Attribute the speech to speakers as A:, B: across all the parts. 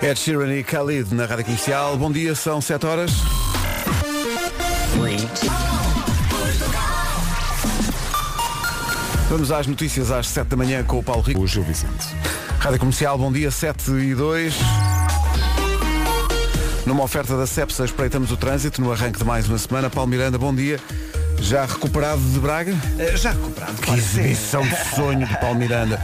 A: Ed Sheeran e Khalid na Rádio Comercial. Bom dia, são 7 horas. Vamos às notícias às 7 da manhã com o Paulo Rico.
B: O Gil Vicente.
A: Rádio Comercial, bom dia, 7 e 2. Numa oferta da Cepsa, espreitamos o trânsito no arranque de mais uma semana. Paulo Miranda, bom dia. Já recuperado de Braga?
C: Já recuperado,
A: Que exibição de sonho de Paulo Miranda.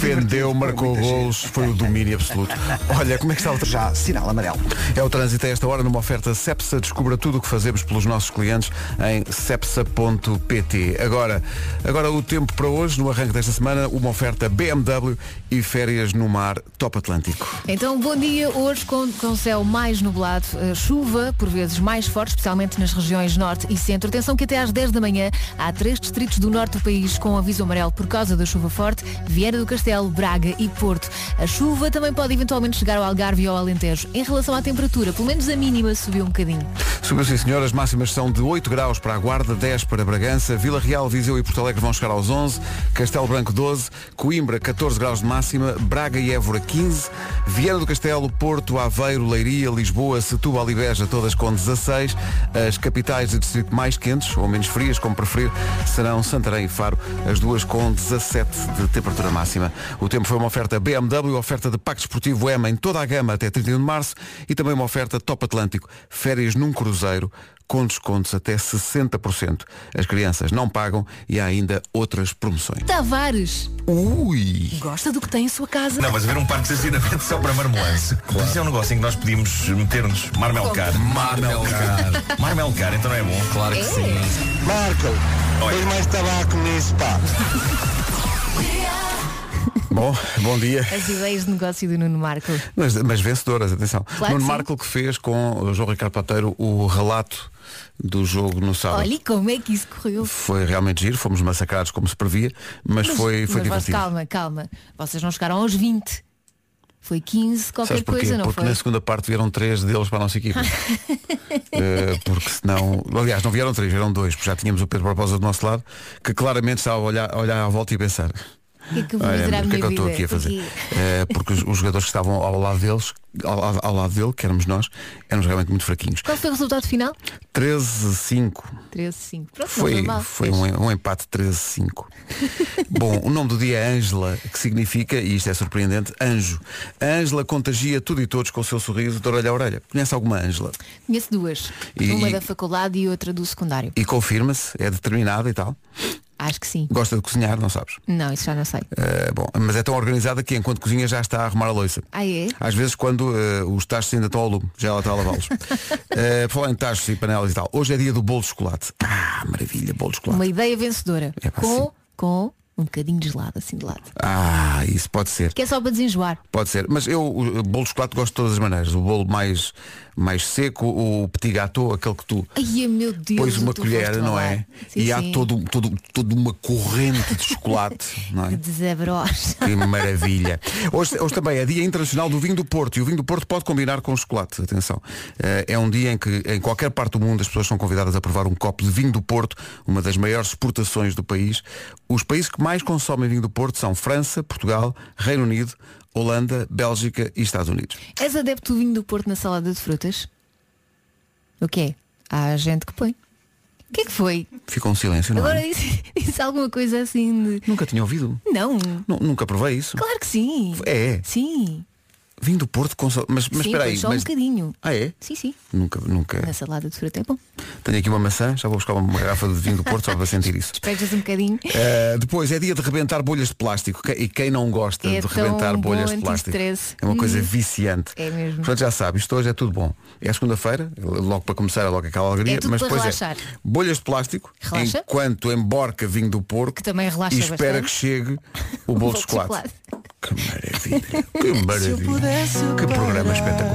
A: Defendeu, marcou golos, foi o domínio absoluto. Olha, como é que está o trânsito?
C: Já, sinal amarelo.
A: É o trânsito a esta hora numa oferta Cepsa. Descubra tudo o que fazemos pelos nossos clientes em cepsa.pt. Agora, agora o tempo para hoje, no arranque desta semana, uma oferta BMW e férias no mar Top Atlântico.
D: Então, bom dia. Hoje com, com céu mais nublado, eh, chuva por vezes mais forte, especialmente nas regiões norte e centro. Atenção que até às 10 da manhã há três distritos do norte do país com aviso amarelo por causa da chuva forte, Vieira do Castelo, Braga e Porto. A chuva também pode eventualmente chegar ao Algarve e ao Alentejo. Em relação à temperatura, pelo menos a mínima subiu um bocadinho.
A: Subiu sim, senhoras. Máximas são de 8 graus para a Guarda, 10 para Bragança, Vila Real, Viseu e Porto Alegre vão chegar aos 11, Castelo Branco 12, Coimbra 14 graus de máxima, Braga e Évora 15, Vieira do Castelo, Porto, Aveiro, Leiria, Lisboa, Setúbal e Beja, todas com 16. As capitais de distrito mais quentes, ou menos frias, como preferir, serão Santarém e Faro, as duas com 17 de temperatura máxima. O tempo foi uma oferta BMW, oferta de Pacto Esportivo M em toda a gama até 31 de março e também uma oferta Top Atlântico, férias num cruzeiro com descontos até 60%. As crianças não pagam e há ainda outras promoções.
D: Tavares,
A: Ui!
D: gosta do que tem em sua casa?
E: Não, mas haver um parque de estacionamento só para marmelance. Isso é um negócio em que nós podíamos meter-nos marmelcar. Marmelcar. marmelcar, então não é bom? Claro que sim.
F: Marco,
E: Oi.
F: põe mais tabaco nisso, pá.
A: Bom, bom dia.
D: As ideias de negócio do Nuno Marco.
A: Mas, mas vencedoras, atenção.
D: Claro que
A: Nuno
D: sim.
A: Marco que fez com o João Ricardo Pateiro o relato do jogo no sábado.
D: Olha, e como é que isso correu?
A: Foi realmente giro, fomos massacrados como se previa, mas, foi, foi
D: mas vós-
A: divertido.
D: calma, calma. Vocês não chegaram aos 20. Foi 15, qualquer
A: Sabes porquê?
D: coisa, não
A: porque
D: foi?
A: na segunda parte vieram três deles para a nossa equipa. Eh, porque senão. Aliás, não vieram três, vieram dois, porque já tínhamos o Pedro Barbosa do nosso lado, que claramente estava a olhar, a olhar à volta e a pensar.
D: O que é que eu vou
A: Olha,
D: fazer à
A: mas o que é que
D: minha
A: eu estou
D: vida?
A: aqui a fazer?
D: Porque-
A: Eh, porque os, os jogadores que estavam ao lado deles, ao, lado- ao lado dele, que éramos nós, éramos realmente muito fraquinhos.
D: Qual foi o resultado final?
A: 13-5.
D: 13, 5. Pronto, não foi
A: Foi,
D: mal.
A: foi
D: Fez.
A: um, um empate 13-5. Bom, o nome do dia é Ângela, que significa, e isto é surpreendente, anjo. A Ângela contagia tudo e todos com o seu sorriso de orelha a orelha. Conhece alguma Ângela?
D: Conheço duas.
A: E-
D: Uma
A: e-
D: da faculdade e outra do secundário.
A: E confirma-se, é determinada e tal.
D: Acho que sim.
A: Gosta de cozinhar, não sabes?
D: Não, isso já não sei.
A: Eh, bom, mas é tão organizada que enquanto cozinha já está a arrumar a loiça.
D: Ah, é?
A: Às vezes quando eh, os tachos ainda estão ao lume, já ela está a lavá-los. Eh, por falar em tachos e panelas e tal, hoje é dia do bolo de chocolate. Ah, maravilha, bolo de chocolate.
D: Uma ideia vencedora.
A: É pá,
D: com, com um bocadinho de gelado, assim de lado.
A: Ah, isso pode ser.
D: Que é só para desenjoar.
A: Pode ser, mas eu o o bolo de chocolate gosto de todas as maneiras. O bolo mais, mais seco, o petit gâteau, aquele que tu
D: Ai, é, meu Deus.
A: pões
D: o
A: uma
D: teu rosto
A: colher, não é?
D: falar. Sim,
A: e
D: sim.
A: há todo, todo, um, toda uma corrente de chocolate, não
D: Que
A: é?
D: desabrocha.
A: Que maravilha. Hoje, hoje também é Dia Internacional do Vinho do Porto e o vinho do Porto pode combinar com o chocolate, atenção. Eh, É um dia em que em qualquer parte do mundo as pessoas são convidadas a provar um copo de vinho do Porto, uma das maiores exportações do país. Os países que mais consomem vinho do Porto são França, Portugal, Reino Unido, Holanda, Bélgica e Estados Unidos.
D: És adepto do vinho do Porto na salada de frutas? O quê? Há gente que põe. O que é que foi?
A: Ficou um silêncio, não
D: Agora
A: é?
D: disse, disse alguma coisa assim de...
A: Nunca tinha ouvido.
D: Não,
A: Nu- Nunca provei isso.
D: claro que sim.
A: É, é.
D: Sim,
A: vinho do Porto consome. Mas, mas
D: sim,
A: espera aí.
D: põe só
A: mas-
D: um bocadinho.
A: Ah, é?
D: Sim, sim.
A: Nunca,
D: Na
A: nunca.
D: salada de fruta é bom.
A: Tenho aqui uma maçã, já vou buscar uma garrafa de vinho do Porto só para sentir isso.
D: Espejas um bocadinho.
A: Uh, depois é dia de rebentar bolhas de plástico Que- e quem não gosta
D: É
A: de
D: tão
A: rebentar
D: bom
A: bolhas de plástico
D: anti-stress.
A: é uma coisa
D: Hum.
A: viciante.
D: É mesmo.
A: Portanto já sabe, isto hoje é tudo bom. É a segunda-feira, logo para começar é logo aquela alegria,
D: É tudo
A: mas
D: para
A: depois
D: relaxar.
A: é bolhas de plástico
D: Relaxa.
A: enquanto emborca vinho do porco
D: Que também relaxa
A: e espera
D: bastante.
A: que chegue o bolo de chocolate. Que maravilha, que maravilha. Que programa espetacular.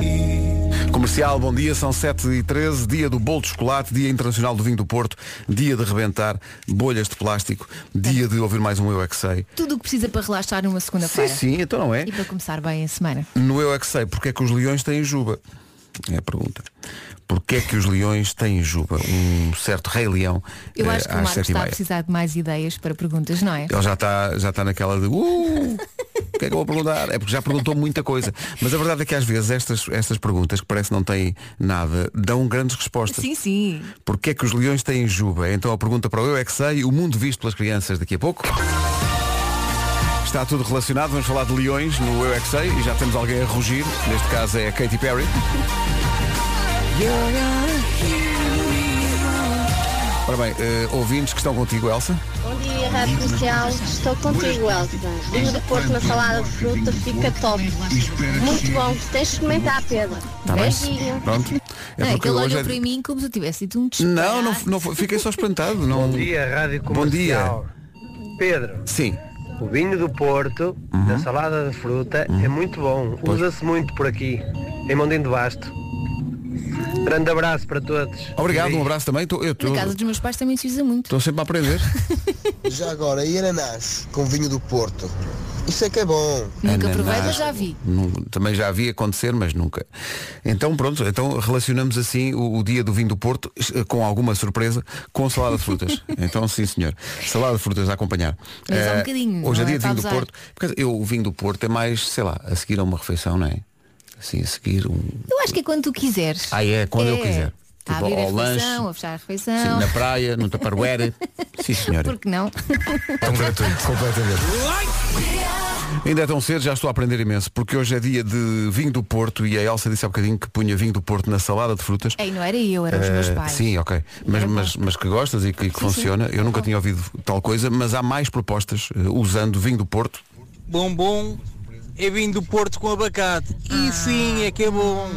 A: Comercial, bom dia, são 7 e 13 dia do bolo de chocolate, dia internacional do vinho do Porto, dia de rebentar bolhas de plástico, dia de ouvir mais um Eu É Que Sei.
D: Tudo o que precisa para relaxar numa
A: Sim,
D: segunda-feira.
A: sim, então não é?
D: E para começar bem a semana.
A: No Eu É Que Sei, porque é que os leões têm juba? É a pergunta. Porquê é que os leões têm juba? Um certo rei leão
D: Eu
A: eh,
D: acho que o
A: às
D: Marcos
A: 7 e
D: está a
A: meia. tá,
D: precisar de mais ideias para perguntas, não é?
A: Ele já está já está naquela de uh, O que é que eu vou perguntar? É porque já perguntou muita coisa. Mas a verdade é que às vezes estas, estas perguntas, que parece que não têm nada, dão grandes respostas.
D: Sim, sim.
A: Porquê é que os leões têm juba? Então a pergunta para o Eu É Que Sei, o mundo visto pelas crianças daqui a pouco. Está tudo relacionado, vamos falar de leões no Eu É Que Sei e já temos alguém a rugir, neste caso é a Katy Perry. Ora bem, eh, ouvintes que estão contigo, Elsa.
B: Bom dia, Rádio Comercial. Estou contigo, Elsa. Vinho do Porto na salada de fruta fica top. Muito bom. Tens de experimentar, Pedro.
A: Tá bem?
B: Beijinho.
A: Pronto.
D: É, que ele
A: hoje
D: olhou
A: é-
D: para mim como se eu tivesse sido um desespero.
A: Não, não, não foi- fiquei só espantado. Não...
C: Bom dia, Rádio
A: Bom dia.
C: Comercial. Pedro,
A: Sim.
C: o vinho do Porto,
A: Uhum.
C: da salada de fruta, é muito bom. Usa-se muito por aqui, em Mondinho de Basto. Grande abraço para todos.
A: Obrigado, um abraço também. Tô- eu
D: Na casa
A: estou
D: dos meus pais também se usa muito.
A: sempre a aprender.
F: Já agora, e ananás com vinho do Porto? Isso é que é bom.
D: Nunca
A: Ananás.
D: provei, mas já vi.
A: Nun- também já vi acontecer, mas nunca. Então pronto, então relacionamos assim o, o dia do vinho do Porto, eh, com alguma surpresa, com salada de frutas. então sim senhor, salada de frutas a acompanhar.
D: Mas é um
A: Eh,
D: bocadinho,
A: hoje é
D: não é
A: dia de
D: para
A: vinho do
D: abusar.
A: Porto. Porque eh, eu, o vinho do Porto é mais, sei lá, a seguir a uma refeição, não é? Assim, a seguir um.
D: Eu acho que é quando tu quiseres.
A: Ah é, quando eu quiser.
D: a
A: Tipo,
D: abrir a
A: ao lanche,
D: refeição, a fechar a
A: sim, é
D: refeição.
A: na praia, no taparuera. sim senhora.
D: Porque não?
A: Tão gratuito. Completamente. Ainda é tão cedo, já estou a aprender imenso, porque hoje é dia de vinho do Porto e a Elsa disse há bocadinho que punha vinho do Porto na salada de frutas.
D: Ei, não era eu, eram os É meus
A: Eh,
D: pais.
A: sim, ok. Mas, mas, mas que gostas e que, que funciona. Eu nunca tinha ouvido tal coisa, mas há mais propostas eh, usando vinho do Porto.
G: bombom é vinho do Porto com abacate.
H: Ah.
G: E sim, é que é bom.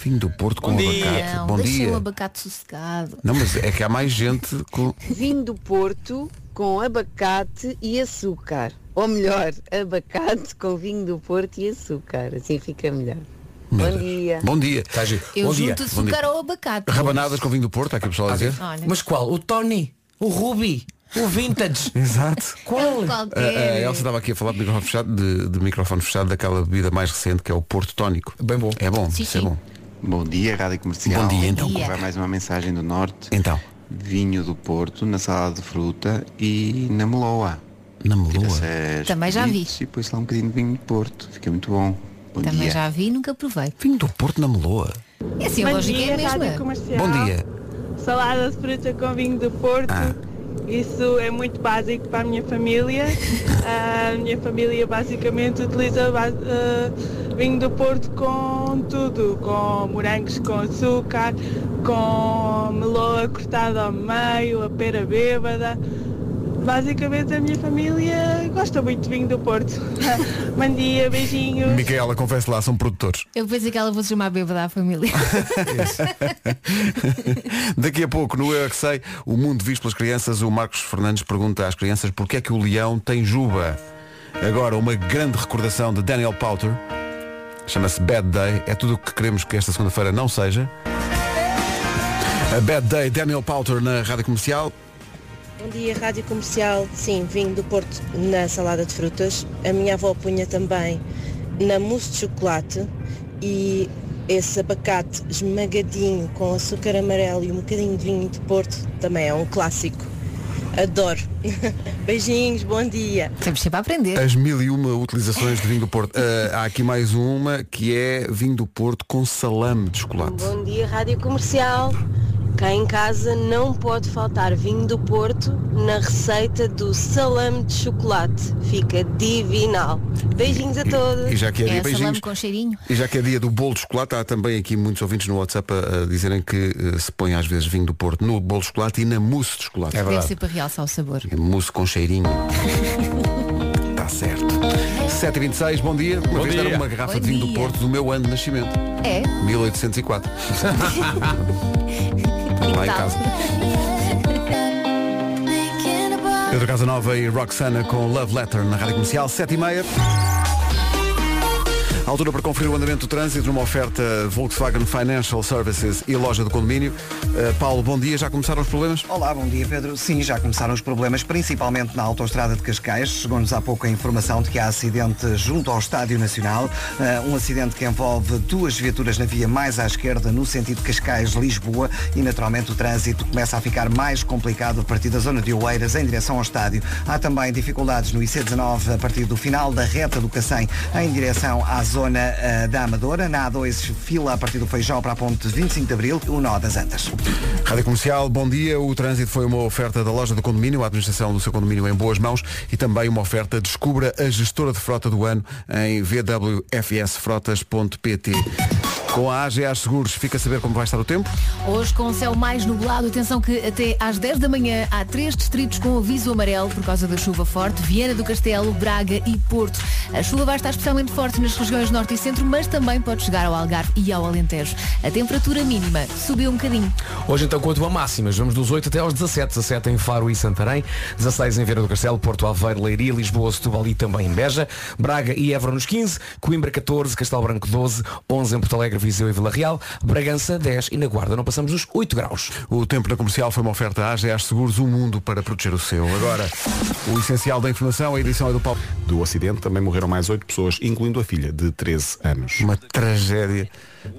A: Vinho do Porto com
G: Bom dia.
A: abacate.
D: Não,
A: Bom
D: deixa
A: dia.
D: o abacate sossegado.
A: Não, mas é que há mais gente com.
H: Vinho do Porto com abacate e açúcar. Ou melhor, abacate com vinho do Porto e açúcar. Assim fica melhor. Bom dia.
A: Bom dia.
D: Eu
I: Bom dia.
D: junto
A: Bom dia.
D: açúcar ao abacate.
A: Rabanadas com vinho do Porto, há aqui o pessoal a dizer.
D: Olha,
I: Mas qual? O Tony? O Ruby? O Vintage?
A: Exato.
I: qual?
A: A, a
D: qualquer.
A: Ah, Elsa estava aqui a falar de microfone fechado, de, de microfone fechado daquela bebida mais recente que é o Porto Tónico.
I: Bem bom.
A: É bom,
D: Sim,
A: isso é
D: sim.
A: bom.
J: Bom dia, Rádio Comercial.
A: Bom dia, então.
D: Bom dia.
J: é Vai mais uma mensagem do Norte.
A: Então,
J: Vinho do Porto, na salada de fruta e na meloa.
A: na meloa.
J: Tira-se as
D: Também já
J: sementes E depois lá um bocadinho de vinho do Porto. Fica muito bom. Bom
D: Também
J: dia.
D: já vi e nunca provei.
A: Vinho do Porto na meloa.
D: É assim, a lógica é a mesma.
H: Comercial.
A: Bom dia.
H: Salada de fruta com vinho do Porto.
K: Ah.
H: Isso é muito básico para a minha família. a minha família basicamente utiliza ba- eh, vinho do Porto com tudo, com morangos com açúcar, com meloa cortada ao meio, a pera bêbada. Basicamente é a minha família gosta muito de vinho do Porto. Bom dia, beijinhos.
A: Micaela, confesso lá, são produtores.
D: Eu pensei que ela fosse chamar bêbada à família.
A: Daqui a pouco, no Eu É Que Sei, o mundo visto pelas crianças, o Marcos Fernandes pergunta às crianças porque é que o leão tem juba. Agora, uma grande recordação de Daniel Powter. Chama-se Bad Day. É tudo o que queremos que esta segunda-feira não seja. A Bad Day, Daniel Powter na Rádio Comercial.
H: Bom dia, Rádio Comercial. Sim, vinho do Porto na salada de frutas. A minha avó punha também na mousse de chocolate e esse abacate esmagadinho com açúcar amarelo e um bocadinho de vinho do Porto também é um clássico. Adoro. Beijinhos, bom dia.
D: Estamos sempre a aprender.
A: As mil e uma utilizações de vinho do Porto. Ah, há aqui mais uma que é vinho do Porto com salame de chocolate.
B: Bom dia, Rádio Comercial. Cá em casa não pode faltar vinho do Porto na receita do salame de chocolate. Fica divinal. Beijinhos a todos.
A: E já que é, dia,
D: É
A: beijinhos.
D: salame com cheirinho.
A: E já que é dia do bolo de chocolate, há também aqui muitos ouvintes no WhatsApp a, a dizerem que eh, se põe às vezes vinho do Porto no bolo de chocolate e na mousse de chocolate.
D: Deve ser para realçar o sabor.
A: É mousse com cheirinho. Está certo. 7h26, bom dia. Uma vez deram uma garrafa
D: Bom
A: de vinho do
D: dia.
A: Porto do meu ano de nascimento.
D: É.
A: 1804. Lá em
D: tal?
A: casa. Pedro Casanova e Roxana com Love Letter na Rádio Comercial, 7h30. Altura para conferir o andamento do trânsito numa oferta Volkswagen Financial Services e loja do condomínio. Eh, Paulo, bom dia. Já começaram os problemas?
L: Olá, bom dia Pedro. Sim, já começaram os problemas, principalmente na autoestrada de Cascais. Chegou-nos há pouco a informação de que há acidente junto ao Estádio Nacional. Eh, um acidente que envolve duas viaturas na via mais à esquerda, no sentido Cascais-Lisboa. E naturalmente o trânsito começa a ficar mais complicado a partir da zona de Oeiras em direção ao estádio. Há também dificuldades no IC19 a partir do final da reta do Cacém em direção à zona eh, da Amadora. Na A2 fila a partir do Feijão para a ponte 25 de Abril, o nó das Antas.
A: Rádio Comercial, bom dia. O trânsito foi uma oferta da loja do condomínio, a administração do seu condomínio em boas mãos e também uma oferta descubra a gestora de frota do ano em vwfsfrotas.pt. Com a AGA Seguros, fica a saber como vai estar o tempo.
D: Hoje com o céu mais nublado, atenção que até às 10 da manhã há três distritos com aviso amarelo por causa da chuva forte, Viana do Castelo, Braga e Porto. A chuva vai estar especialmente forte nas regiões norte e centro, mas também pode chegar ao Algarve e ao Alentejo. A temperatura mínima subiu um bocadinho.
M: Hoje então quanto a máximas, vamos dos 8 até aos 17, 17 em Faro e Santarém, 16 em Vieira do Castelo, Porto Aveiro, Leiria, Lisboa, Setúbal e também em Beja, Braga e Évora nos 15, Coimbra 14, Castelo Branco 12, 11 em Porto Alegre, Viseu e Vila Real, Bragança 10 e na Guarda não passamos dos 8 graus.
A: O tempo na comercial foi uma oferta à AGA Seguros, um mundo para proteger o seu. Agora, o essencial da informação, a edição é do Paulo.
K: Do acidente também morreram mais oito pessoas, incluindo a filha, de 13 anos.
A: Uma tragédia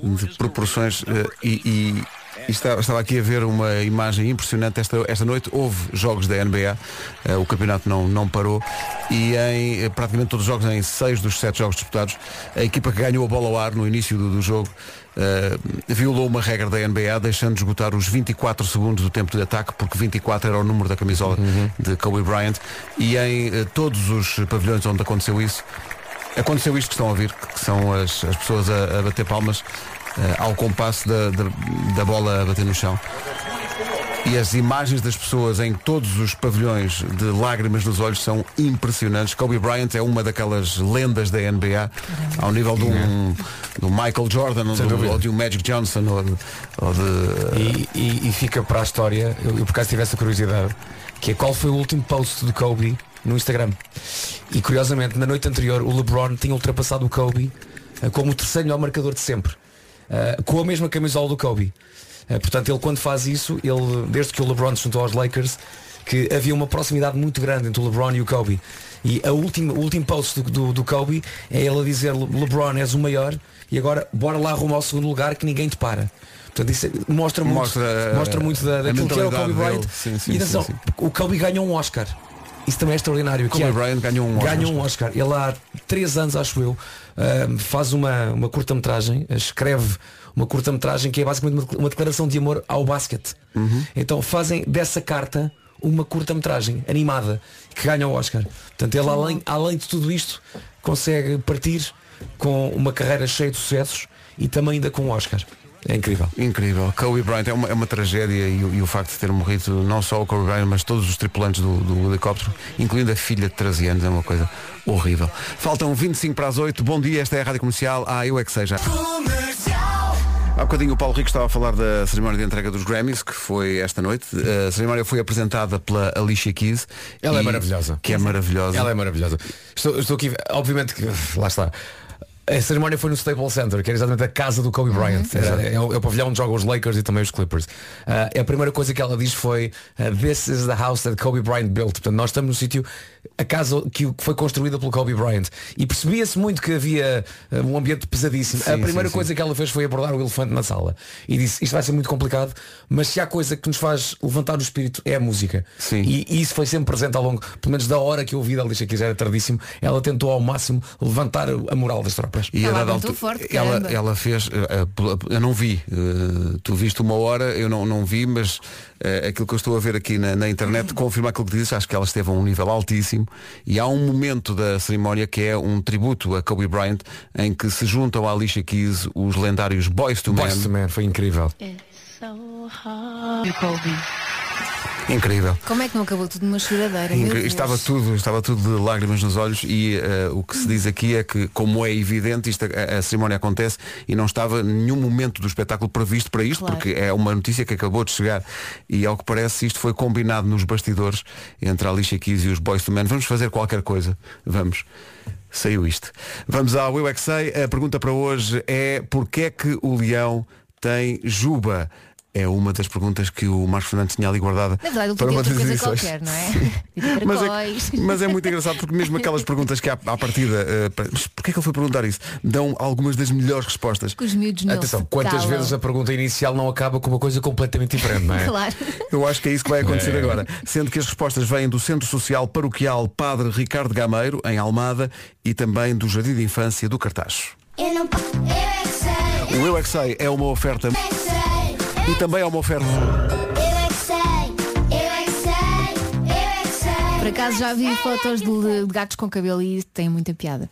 A: de proporções eh, e, e- e está- estava aqui a ver uma imagem impressionante esta, esta noite. Houve jogos da NBA, eh, o campeonato não, não parou e em eh, praticamente todos os jogos, em seis dos sete jogos disputados, a equipa que ganhou a bola ao ar no início do, do jogo eh, violou uma regra da NBA, deixando de esgotar os 24 segundos do tempo de ataque, porque 24 era o número da camisola de Kobe Bryant. E em eh, todos os pavilhões onde aconteceu isso, Aconteceu isto que estão a ouvir, que são as, as pessoas a, a bater palmas eh, ao compasso da, da- da bola a bater no chão. E as imagens das pessoas em todos os pavilhões de lágrimas nos olhos são impressionantes. Kobe Bryant é uma daquelas lendas da NBA, ao nível de um, do Michael Jordan ou
M: é. Sem
A: do,
M: dúvida.
A: ou de um Magic Johnson. Ou de, ou de-
M: E, e- e fica para a história, eu, eu por acaso tive essa curiosidade, que é qual foi o último post do Kobe no Instagram. E curiosamente, na noite anterior, o LeBron tinha ultrapassado o Kobe eh, como o terceiro melhor marcador de sempre, eh, com a mesma camisola do Kobe. Eh, portanto, ele quando faz isso, ele, desde que o LeBron se juntou aos Lakers, que havia uma proximidade muito grande entre o LeBron e o Kobe. E a última, o último post do, do, do Kobe é ele a dizer "Le- LeBron és o maior e agora bora lá arrumar o segundo lugar que ninguém te para. Portanto, isso é, mostra,
A: Mostra,
M: muito, mostra muito da,
A: a
M: daquilo que era o Kobe
A: mentalidade
M: Bryant.
A: dele. Sim, sim,
M: e atenção,
A: sim,
M: o Kobe ganhou um Oscar. Isso também é extraordinário.
A: Kobe
M: Que há-
A: Bryant ganhou um Oscar.
M: ganhou um Oscar. Ele há três anos, acho eu, ahm, faz uma, uma curta-metragem, escreve uma curta-metragem que é basicamente uma- uma declaração de amor ao basquete.
A: Uhum.
M: Então fazem dessa carta uma curta-metragem animada que ganha o Oscar. Portanto, ele além, além de tudo isto consegue partir com uma carreira cheia de sucessos e também ainda com o Oscar. É incrível.
A: Incrível. Kobe Bryant é uma, é uma tragédia e, o- e o facto de ter morrido não só o Kobe Bryant, mas todos os tripulantes do, do helicóptero, incluindo a filha de 13 anos, é uma coisa horrível. Faltam 25 para as 8. Bom dia, esta é a Rádio Comercial. Ah, eu é que seja. Há bocadinho o Paulo Rico estava a falar da cerimónia de entrega dos Grammys, que foi esta noite. A cerimónia foi apresentada pela Alicia Keys.
M: Ela é
A: e-
M: maravilhosa.
A: Que é maravilhosa.
M: Ela é maravilhosa. Estou, estou aqui, obviamente que lá está. A cerimónia foi no Staples Center, que era exatamente a casa do Kobe
N: Uhum.
M: Bryant. Era- é, o, é o pavilhão onde jogam os Lakers e também os Clippers. Ah, a primeira coisa que ela diz foi ah, This is the house that Kobe Bryant built. Portanto, nós estamos no sítio, a casa que o- que foi construída pelo Kobe Bryant. E percebia-se muito que havia ah, um ambiente pesadíssimo.
N: Sim,
M: a primeira
N: sim, sim.
M: coisa coisa que ela fez foi abordar o elefante na sala e disse isto vai ser muito complicado mas se há coisa que nos faz levantar o espírito é a música E, e isso foi sempre presente ao longo pelo menos da hora que eu ouvi da lixa que já era tardíssimo ela tentou ao máximo levantar a moral das tropas
A: E a dada altura- ela, ela fez, eh, eh, pela- eu não vi, eh, tu viste uma hora, eu não, não vi, mas eh, aquilo que eu estou a ver aqui na, na internet confirma aquilo que dizes, acho que ela esteve a um nível altíssimo e há um momento da cerimónia que é um tributo a Kobe Bryant em que se juntam à Alicia Keys os lendários Boys to Men.
M: Boyz II Men, foi incrível.
O: It's so hard. Kobe.
A: Incrível.
D: Como é que não acabou tudo numa choradeira?
A: Incri-
D: Meu Deus.
A: Estava tudo, estava tudo de lágrimas nos olhos e eh, o que se diz aqui é que, como é evidente, isto, a, a cerimónia acontece e não estava nenhum momento do espetáculo previsto para isto,
N: Claro.
A: porque é uma notícia que acabou de chegar e ao que parece isto foi combinado nos bastidores entre a Alicia Keys e os Boys to Men. Vamos fazer qualquer coisa. Vamos. Saiu isto. Vamos ao Eu é Que Sei. A pergunta para hoje é porquê é que o leão tem juba? É uma das perguntas que o Marcos Fernandes tinha ali guardada
D: Na verdade, ele
A: para
D: podia
A: uma
D: outra
A: das
D: coisa
A: edições.
D: qualquer, não é?
A: Mas
D: Caracóis.
A: é, mas é muito engraçado porque mesmo aquelas perguntas que à, à partida, eh, pa- mas porquê é que ele foi perguntar isso? Dão algumas das melhores respostas.
D: Que os miúdos não
M: Atenção,
D: se
M: quantas
D: calam.
M: vezes a pergunta inicial não acaba com uma coisa completamente diferente, não é?
D: Claro.
A: Eu acho que é isso que vai acontecer
M: É.
A: agora. Sendo que as respostas vêm do Centro Social Paroquial Padre Ricardo Gameiro, em Almada, e também do Jardim de Infância do Cartacho.
N: Eu não posso. Eu é que sei.
A: O Eu é Que Sei é uma oferta e também é uma oferta.
N: Eu é que sei. Eu é que sei. Eu é que sei.
D: Por acaso já vi fotos de, de gatos com cabelo e tem muita piada.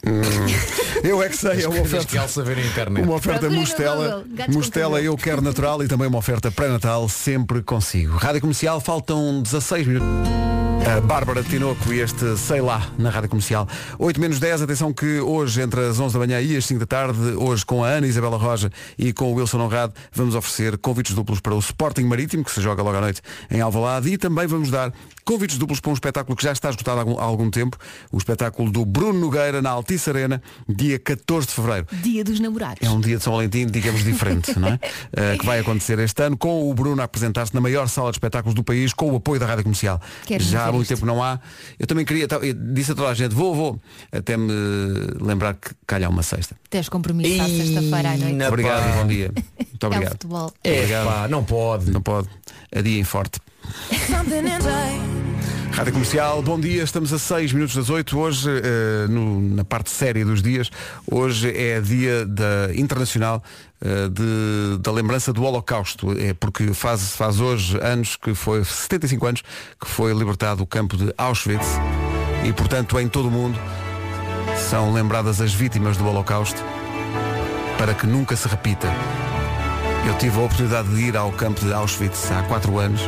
A: Eu é que sei, é uma
M: Coisas
A: oferta.
M: que ele saber na internet.
A: Uma oferta
D: Procure no
A: Mostela,
D: Google, gatos com
A: Mostela Eu Quero Natural e também uma oferta pré-natal sempre consigo. Rádio Comercial, faltam 16 minutos. A Bárbara Tinoco e este Sei Lá na Rádio Comercial. 8 menos 10, atenção que hoje, entre as 11 da manhã e as 5 da tarde, hoje com a Ana Isabela Roja e com o Wilson Honrado, vamos oferecer convites duplos para o Sporting Marítimo, que se joga logo à noite em Alvalade, e também vamos dar convites duplos para um espetáculo que já está esgotado há algum, há algum tempo, o espetáculo do Bruno Nogueira na Altice Arena, dia 14 de Fevereiro.
D: Dia dos namorados.
A: É um dia de São Valentim, digamos, diferente, não é? Eh, que vai acontecer este ano, com o Bruno a apresentar-se na maior sala de espetáculos do país, com o apoio da Rádio Comercial.
D: Quero
A: Já há
D: ver
A: muito tempo não há. Eu também queria, tá- eu disse a toda a gente, vou, vou, até me lembrar que calhar uma sexta.
D: Tens compromisso à sexta-feira à noite.
A: Obrigado e bom dia. Muito
D: É o
A: obrigado.
D: futebol.
A: Obrigado. não pode. Não pode. A dia em forte. Rádio Comercial, bom dia, estamos a 6 minutos das 8, hoje eh, no- na parte séria dos dias, hoje é dia da, internacional eh, de- da lembrança do Holocausto, é porque faz, faz hoje anos que foi, 75 anos, que foi libertado o campo de Auschwitz e portanto em todo o mundo são lembradas as vítimas do Holocausto para que nunca se repita. Eu tive a oportunidade de ir ao campo de Auschwitz há 4 anos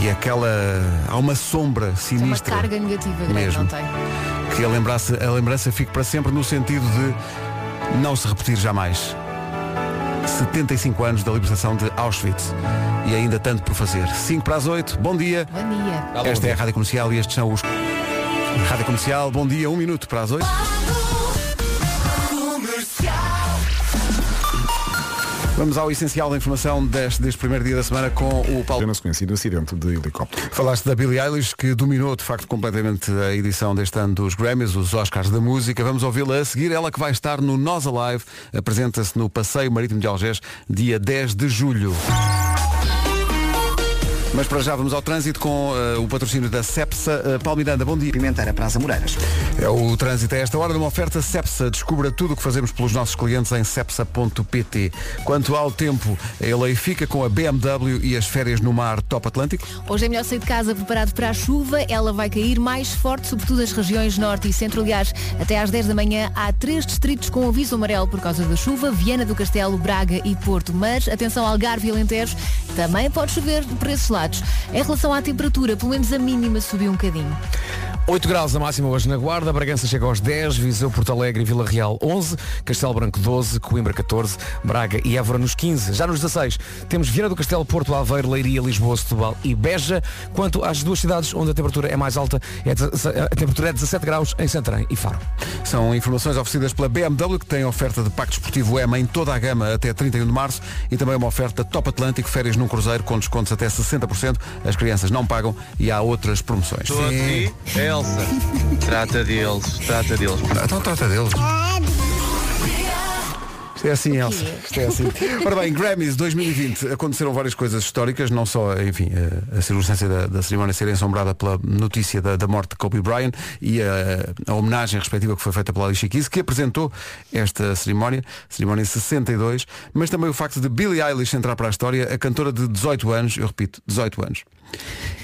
A: e aquela. há uma sombra
D: Tem é uma
A: sinistra
D: carga negativa grande,
A: Mesmo.
D: não tem?
A: que a lembrança, a lembrança fique para sempre no sentido de não se repetir jamais. 75 anos da libertação de Auschwitz e ainda tanto por fazer. 5 para as 8, bom dia.
D: Bom dia.
A: Esta é a Rádio Comercial e estes são os. Rádio Comercial, bom dia, um minuto para as 8. Vamos ao essencial da informação deste, deste primeiro dia da semana com o Paulo.
K: Na sequência do acidente de helicóptero.
A: Falaste da Billie Eilish, que dominou de facto completamente a edição deste ano dos Grammys, os Oscars da Música. Vamos ouvi-la a seguir. Ela que vai estar no Nós Alive. Apresenta-se no Passeio Marítimo de Algés, dia 10 de julho. Mas para já vamos ao trânsito com eh, o patrocínio da Cepsa. Uh, Paulo Miranda, bom dia.
L: Pimenteira, Praça Moreiras.
A: É o trânsito a esta hora de uma oferta Cepsa. Descubra tudo o que fazemos pelos nossos clientes em cepsa.pt. Quanto ao tempo, ele aí fica com a BMW e as férias no mar Top Atlântico.
D: Hoje é melhor sair de casa preparado para a chuva. Ela vai cair mais forte, sobretudo nas regiões norte e centro. Aliás, até às 10 da manhã há três distritos com aviso amarelo por causa da chuva. Viana do Castelo, Braga e Porto. Mas, atenção, Algarve e Alentejo, também pode chover por esses lados. Em relação à temperatura, pelo menos a mínima subiu um bocadinho.
M: 8 graus a máxima hoje na Guarda, Bragança chega aos 10, Viseu, Porto Alegre e Vila Real 11, Castelo Branco 12, Coimbra 14, Braga e Évora nos 15. Já nos 16 temos Viana do Castelo, Porto Aveiro, Leiria, Lisboa, Setúbal e Beja. Quanto às duas cidades onde a temperatura é mais alta, é deze- a temperatura é 17 graus em Santarém e Faro.
A: São informações oferecidas pela BMW, que tem oferta de Pacto Esportivo EMA em toda a gama até 31 de março e também uma oferta Top Atlântico, férias num cruzeiro com descontos até 60%. As crianças não pagam e há outras promoções.
O: Estou aqui, Elsa. trata deles, trata deles.
A: Então trata deles. Isto é assim, Elsa. Isto é assim. Ora bem, Grammys 2020 aconteceram várias coisas históricas, não só, enfim, eh, a, a circunstância da, da cerimónia ser ensombrada pela notícia da, da morte de Kobe Bryant e a, a homenagem respectiva que foi feita pela Alicia Keys, que apresentou esta cerimónia, cerimónia em 62, mas também o facto de Billie Eilish entrar para a história, a cantora de 18 anos, eu repito, 18 anos.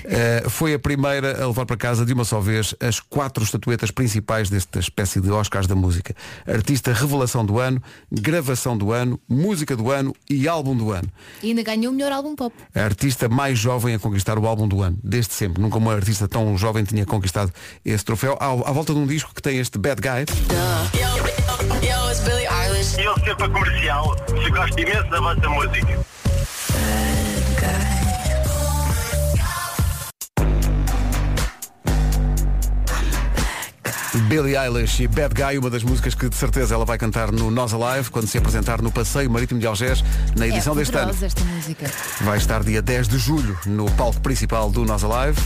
A: eh, foi a primeira a levar para casa de uma só vez as quatro estatuetas principais desta espécie de Oscars da música. Artista revelação do ano, gravação gravação do ano, música do ano e álbum do ano.
D: E ainda ganhou o melhor álbum pop.
A: A artista mais jovem a conquistar o álbum do ano, desde sempre. Nunca uma artista tão jovem tinha conquistado esse troféu. À, à volta de um disco que tem este Bad Guy.
P: Eu sempre comercial, se gosto imenso da vossa música.
A: Billie Eilish e Bad Guy, uma das músicas que de certeza ela vai cantar no Nós Alive, quando se apresentar no Passeio Marítimo de Algés, na edição
D: é
A: deste ano.
D: poderosa esta música.
A: Vai estar dia 10 de julho no palco principal do Nós Alive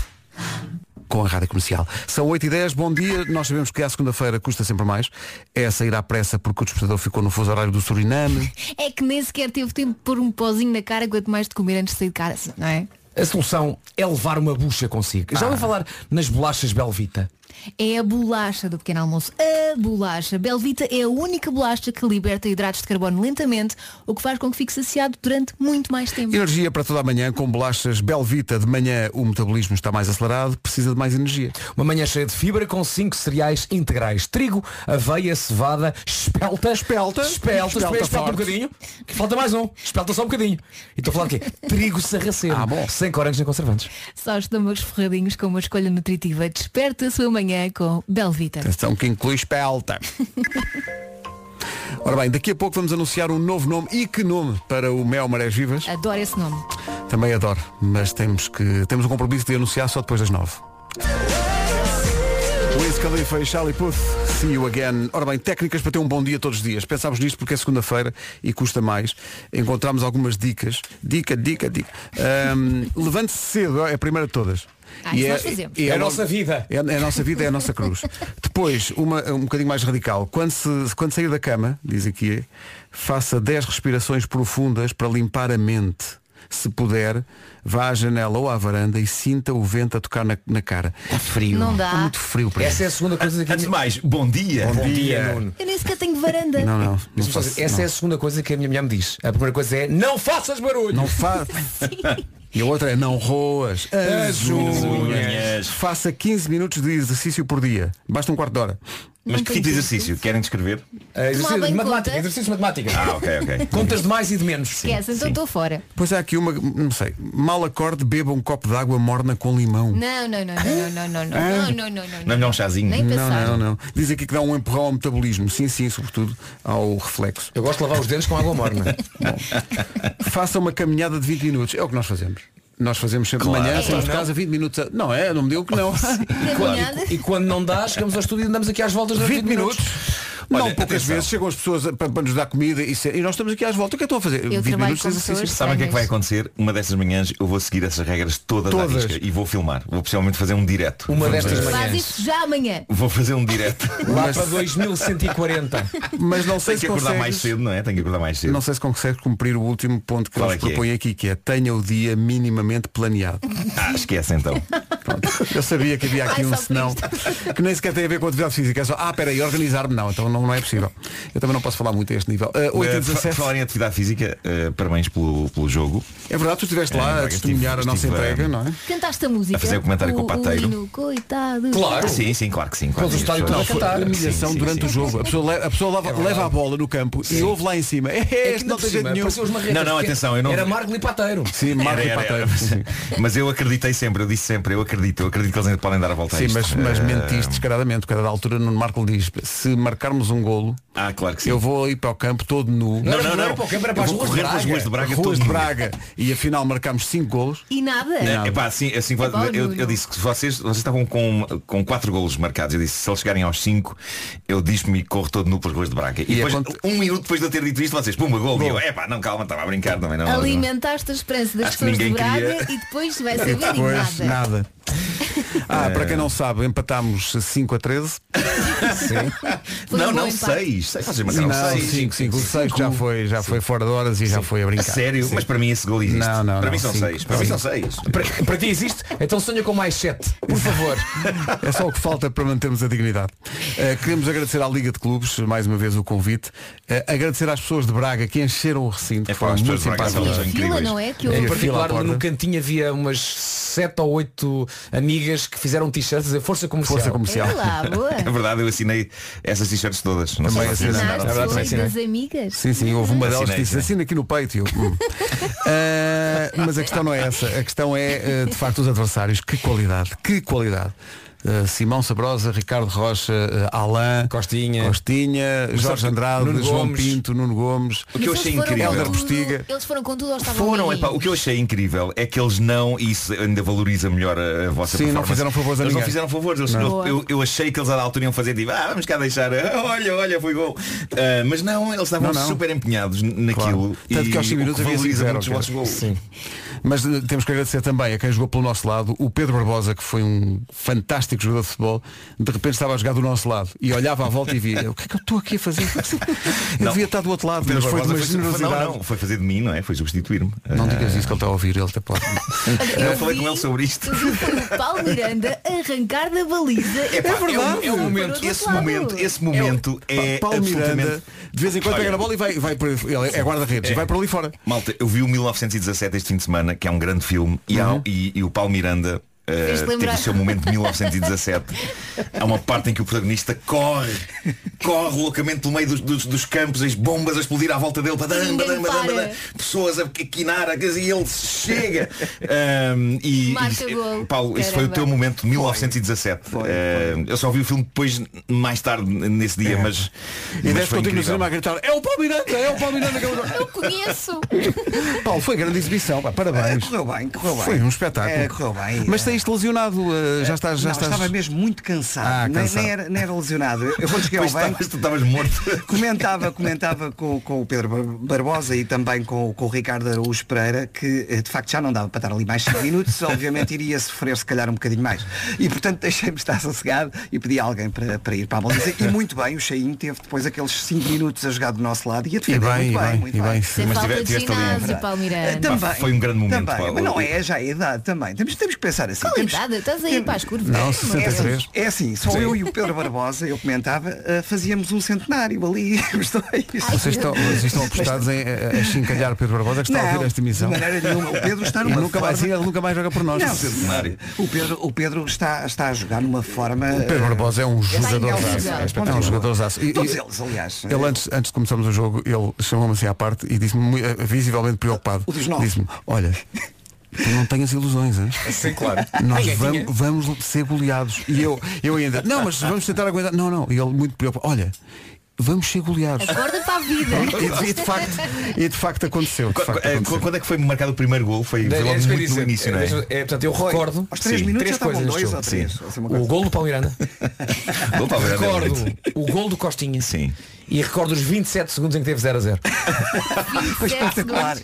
A: com a rádio comercial. São 8 e 10 bom dia. Nós sabemos que à segunda-feira custa sempre mais. É sair à pressa porque o despertador ficou no fuso horário do Suriname.
D: É que nem sequer teve tempo de pôr um pozinho na cara, quanto mais de comer antes de sair de casa, não é?
M: A solução é levar uma bucha consigo. Já vou falar nas bolachas Belvita.
D: É a bolacha do pequeno almoço. A bolacha. Belvita é a única bolacha que liberta hidratos de carbono lentamente, o que faz com que fique saciado durante muito mais tempo.
A: Energia para toda a manhã com bolachas Belvita. De manhã o metabolismo está mais acelerado, precisa de mais energia.
M: Uma manhã cheia de fibra com cinco cereais integrais. Trigo, aveia, cevada, espelta. Espelta. Espelta, espelta,
A: Espelta
M: um
A: forte.
M: bocadinho. Que falta mais um. Espelta só um bocadinho. E estou a falar o quê? Trigo sarraceno. Sem corantes nem conservantes.
D: Só estômagos ferradinhos com uma escolha nutritiva. Desperta a sua manhã com Belvita.
A: Atenção que inclui espelta. Ora bem, daqui a pouco vamos anunciar um novo nome e que nome para o Mel Marés Vivas.
D: Adoro esse nome.
A: Também adoro, mas temos que temos um compromisso de anunciar só depois das nove. Wiz Khalifa e Charlie Puth, see you again. Ora bem, técnicas para ter um bom dia todos os dias. Pensámos nisto porque é segunda-feira e custa mais. Encontramos algumas dicas. Dica, dica, dica. Ahm, Levante-se cedo, é a primeira de todas.
M: Ah, isso nós fazemos. É a nossa vida.
A: É, é a nossa vida, é a nossa cruz. Depois, uma, um bocadinho mais radical. Quando, se, quando sair da cama, diz aqui, faça 10 respirações profundas para limpar a mente. Se puder, vá à janela ou à varanda e sinta o vento a tocar na, na cara. Está frio.
D: Não dá.
A: Está muito frio para
M: Tá Essa é a segunda coisa que... Antes de
E: mais, bom dia.
M: Bom,
A: Bom
M: dia,
A: dia.
M: Nuno.
D: Eu nem sequer tenho varanda.
A: Não, não.
M: Mas, pessoal, essa é a segunda coisa que a minha mulher me diz. A primeira coisa é não faças barulho.
A: Não faz. E a outra é não roas as
M: As unhas.
A: unhas. Faça 15 minutos de exercício por dia. Basta um quarto de hora.
E: Mas que tipo de exercício? Querem descrever?
M: Ah, exercício de matemática. Exercício de matemática.
E: Ah, ok, ok.
M: Contas de mais e de menos.
D: Esquece, então estou fora.
A: Pois há aqui uma, não sei, mal acorde, beba um copo de água morna com limão.
D: Não, não, não, não, não, não, não, não, não, não, não, não.
A: melhor um
D: chazinho? Nem
A: Não,
D: pensar.
A: não, não. Diz aqui que dá um empurrão ao metabolismo. Sim, sim, sobretudo ao reflexo.
M: Eu gosto de lavar os dentes com água morna.
A: Faça uma caminhada de 20 minutos. É o que nós fazemos. Nós fazemos sempre de
M: Claro.
A: manhã,
M: É.
A: saímos de
M: Não.
A: casa 20 minutos. a- Não é, não me deu que não.
M: Claro. E, e quando não dá, chegamos ao estúdio e andamos aqui às voltas durante
A: 20 minutos.
M: Olha,
A: não poucas
M: atenção.
A: vezes chegam as pessoas a- para, para nos dar comida e, se- e nós estamos aqui às voltas. O que é que estão a fazer?
D: Eu trabalho com
A: de exercício.
E: Sabem o que é que vai acontecer? Uma dessas manhãs eu vou seguir essas regras todas, à
A: Todas.
E: risca e vou filmar. Vou possivelmente fazer um direto.
M: Uma
E: Vamos
M: destas
E: ver.
D: Faz isto já amanhã.
E: Vou fazer um direto.
M: Lá para 2140.
A: Mas não sei
E: Tenho que
A: se
E: acordar
A: consegues-
E: mais cedo, não é? Tenho que acordar mais cedo.
A: Não sei se consegue cumprir o último ponto que
E: Qual
A: eles
E: é que é?
A: propõem aqui, que é tenha o dia minimamente planeado.
E: Ah, esquece então.
A: Eu sabia que havia aqui
E: Ai,
A: um
E: só por
A: senão que nem sequer tem a ver com atividade física. É só, ah, peraí, organizar-me não, então não, não é possível. Eu também não posso falar muito a este nível. Uh, 8 e
E: Eh, fa-
A: 17.
E: Falar em atividade física, eh, parabéns pelo, pelo jogo.
A: É verdade, tu estiveste lá a testemunhar a nossa entrega, não é?
D: Cantaste a música.
E: A fazer o comentário com o pateiro.
D: Lino, coitado.
E: Ah, Sim, sim, claro que sim. Claro
A: Pôs o
E: que sim.
A: estádio
E: As pessoas-
A: todo a cantar.
E: Sim,
A: humilhação
E: sim,
A: durante
E: sim.
A: o jogo. A pessoa, le- a pessoa leva, leva a bola no campo e ouve lá em cima. "Eh,
M: É
A: eh, este não tem jeito nenhum.
E: Não, não, atenção, eu não-
M: Era Marco Lipateiro.
A: Sim,
E: Era, era, era. Mas eu acreditei sempre, eu disse sempre, eu acredito, eu acredito que eles ainda podem dar a volta a
A: Sim, é-
E: isto.
A: mas, mas
E: Eh,
A: mentiste descaradamente, porque a dada altura no Marco lhe diz, se marcarmos um golo,
E: Ah, claro que sim.
A: eu vou ir para o campo todo nu.
E: Não, não, não. Não era para o campo, era para
A: Eu vou
E: as ruas de
A: correr
E: Braga.
A: pelas ruas de Braga.
E: Ruas
A: todo
E: de
A: nu.
E: Braga.
A: E afinal marcámos 5 golos.
D: E nada.
E: Não, epá, assim, assim,
D: É bom,
E: eu,
D: Nuno.
E: eu disse que vocês, vocês estavam com, com quatro golos marcados. Eu disse, se eles chegarem aos cinco, eu disse-me e corro todo nu pelas ruas de Braga. E, depois, um minuto depois de eu ter dito isto, vocês, pumba, gol. E eu, epá, não, calma, estava a brincar também. Não, não, não.
D: Alimentaste a esperança das
E: Acho que
D: pessoas de
E: ninguém
D: Braga
E: queria.
D: e depois vai
A: E
D: saber
A: depois,
D: e nada.
A: nada. Ah, para quem não sabe, empatámos 5 a 13.
E: Não, um bom não, empate. seis. Seis, vocês marcaram
A: Não,
E: seis.
A: 5, 5. O 6 já foi, já foi fora de horas e já foi a
E: A
A: brincar.
E: sério?
A: Sim.
E: Mas para mim esse gol existe.
A: Não, não,
E: para
A: não,
E: mim são
A: cinco.
E: seis. Para mim são seis.
M: Para, para ti existe? Então sonha com mais sete. Por favor.
A: É só o que falta para mantermos a dignidade. Eh, queremos agradecer à Liga de Clubes, mais uma vez o convite. Eh, agradecer às pessoas de Braga que encheram o recinto, que foram
E: as
A: muito
E: pessoas de Braga
A: simpáticas.
E: são Em fila, incríveis. não é? Que
M: Em
A: Em fila à
M: particular,
A: porta.
M: no cantinho havia umas sete ou oito amigas marcas que fizeram t-shirts a dizer força comercial.
A: Força comercial.
D: É lá, boa.
E: É verdade, eu assinei essas t-shirts todas. Não
A: Também
E: sei se
A: assinaste.
E: vocês assinaram.
A: É verdade, também assinei.
D: das amigas.
A: Sim, sim, houve uma delas que
E: Assinei,
A: disse assina aqui no peito. e eu, hum. Ah, mas a questão não é essa. A questão é, ah, de facto, os adversários. Que qualidade, que qualidade. Ah, Simão Sabrosa, Ricardo Rocha, ah, Alain, Costinha, Jorge Andrade,
M: Nuno
A: João
M: Gomes.
A: Pinto, Nuno Gomes,
E: O que eu
D: Mas
E: achei
D: eles foram
E: incrível.
D: com
A: Helder
D: tudo-
A: Postiga.
D: Eles foram com tudo ou estavam
E: Foram,
D: ali?
E: epá, o que eu achei incrível é que eles não, e isso ainda valoriza melhor a, a vossa
A: Sim, não
E: performance.
A: fizeram favores a
E: Eles não
A: ninguém.
E: fizeram favores. Eles,
A: Não.
E: eu-
A: Boa.
E: Eu, eu achei que eles à altura iam fazer tipo, ah, vamos cá deixar, ah, olha, olha, foi gol. Ah, mas não, eles estavam
A: Não, não.
E: super empenhados n- naquilo. E
A: Tanto que aos 5
E: o
A: minutos
E: que
A: havia
E: valoriza
A: 5-0,
E: muito os
A: ok.
E: vossos gols.
A: Mas eh, temos que agradecer também a quem jogou pelo nosso lado, o Pedro Barbosa, que foi um fantástico jogador de futebol, de repente estava a jogar do nosso lado e olhava à volta e via, o que é que eu estou aqui a fazer? Eu
E: Não.
A: devia estar do outro lado,
E: Pedro
A: mas foi de uma
E: Barbosa
A: generosidade.
E: Não, não, foi fazer de mim, não é? Foi substituir-me.
A: Não digas isso que ele está a ouvir, ele até pode.
E: Eu, falei com ele sobre isto.
D: Eu vi foi o Paulo Miranda arrancar da baliza. e
E: Epá,
D: passar
E: É, o- é o
D: por
E: momento,
D: outro
E: esse
D: lado.
E: momento, esse momento é
A: Paulo
E: absolutamente.
A: Miranda, de vez em quando
E: Olha,
A: pega na bola e vai, vai por ele é guarda-redes
E: É.
A: e vai para ali fora.
E: Malta, eu vi o 1917 este fim de semana, que é um grande filme, e, há-
D: Uhum.
E: e- e o Paulo Miranda. eh,
D: Fez-te
E: teve
D: lembrar.
E: o seu momento de 1917 Há uma parte em que o protagonista corre Corre loucamente pelo meio dos, dos- dos campos As bombas a explodir à volta dele badam,
D: Ninguém
E: badam, badam,
D: para.
E: badam, Pessoas a quinar a casa E ele chega Ahm, e,
D: Marca
E: e-
D: gol.
E: Paulo, esse foi o
D: Caramba.
E: teu momento de 1917 Ahm, Eu só vi o filme depois Mais tarde nesse dia
D: É.
E: Mas,
A: E
E: mas
A: deve
E: foi
A: continuar no
E: incrível.
A: cinema a gritar, é o Paulo Miranda, é o Paulo Miranda que eu-
D: Eu conheço.
A: Paulo, foi grande exibição, pá, parabéns.
L: Correu bem, correu bem.
A: Foi um espetáculo.
L: É, correu bem.
A: Mas saíste lesionado, eh, já estás. Já
L: Não,
A: estás...
L: estava mesmo muito cansado.
A: Ah,
L: Nem-
A: cansado.
L: Nem, era, nem era lesionado. Eu- Eu quando cheguei
E: Pois
L: ao banco.
E: estavas- tu estavas morto
L: Comentava, comentava com, com o Pedro Bar- Barbosa e também com, com o Ricardo Araújo Pereira que eh, de facto já não dava para estar ali mais 5 minutos, obviamente iria sofrer se calhar um bocadinho mais. E portanto deixei-me estar sossegado e pedi a alguém para, para ir para a baliza. E muito bem, o Cheinho teve depois aqueles 5 minutos a jogar do nosso lado e a defender
A: bem,
L: muito
A: e
L: bem,
A: bem,
L: muito
A: e
L: bem.
A: bem.
D: Sem
E: Mas
D: falta
E: tive-
D: de
E: tiveste ali, é
D: ginásio,
E: verdade.
D: Tipo Paulo
L: Ah,
D: Miranda.
L: Também,
E: Pá, foi um grande momento,
L: também.
E: Paulo.
L: Mas não é já a idade também. Temos, temos que pensar assim. temos-
D: Qualidade, é estás aí para as curvas.
A: Não,
D: Uma
A: 63.
L: é assim, só eu e o Pedro Barbosa, eu comentava, ah, fazíamos um centenário ali, os dois.
A: Vocês estão, vocês estão apostados em eh, a chincalhar Pedro Barbosa que está a
L: Não,
A: ouvir esta emissão.
L: de maneira nenhuma. O Pedro está
A: E
L: numa
A: nunca um mais,
L: forma-
A: ele nunca mais joga por nós.
L: Não, o Pedro, o Pedro está, está a jogar numa forma.
A: O Pedro Barbosa é um
L: assim,
A: jogador
L: Está
A: zaço. É um
L: inalcançável.
A: jogador zaço. E-
L: Todos
A: e-
L: eles, aliás. né?
A: Ele antes, antes de começarmos o jogo, ele chamou-me assim à parte e disse-me mui- eh, visivelmente preocupado.
L: O dos nove.
A: Disse-me, olha, tu não tenhas ilusões, hein?
M: Sim, claro.
A: Nós
M: Ninguém
A: vamos,
M: tinha.
A: vamos ser goleados. E eu, eu ainda, não, mas vamos tentar aguentar. Não, não. E ele muito preocupado. Olha, vamos ser goleados.
D: Acorda para a vida.
A: E, e de facto, e de facto aconteceu. De
E: Qu-
A: facto
E: qu- eh,
A: aconteceu.
E: qu- Quando é que foi marcado o primeiro gol? Foi, foi
M: Era
E: logo
M: É, isso que eu ia
E: muito no
M: dizer.
E: início, não é?
M: Era- é, portanto, eu
L: Foi.
M: recordo
L: Aos três minutos
M: três
L: já estavam
M: coisas neste
L: dois ou
M: jogo.
L: três.
E: Sim.
L: ou seja, uma
M: O
L: coisa.
M: gol do Paulo Miranda.
E: Gol para o Miranda,
M: recordo
E: realmente.
M: o gol do Costinha.
E: Sim.
M: E recordo os 27 segundos em que teve 0 a 0.
L: Foi espetacular.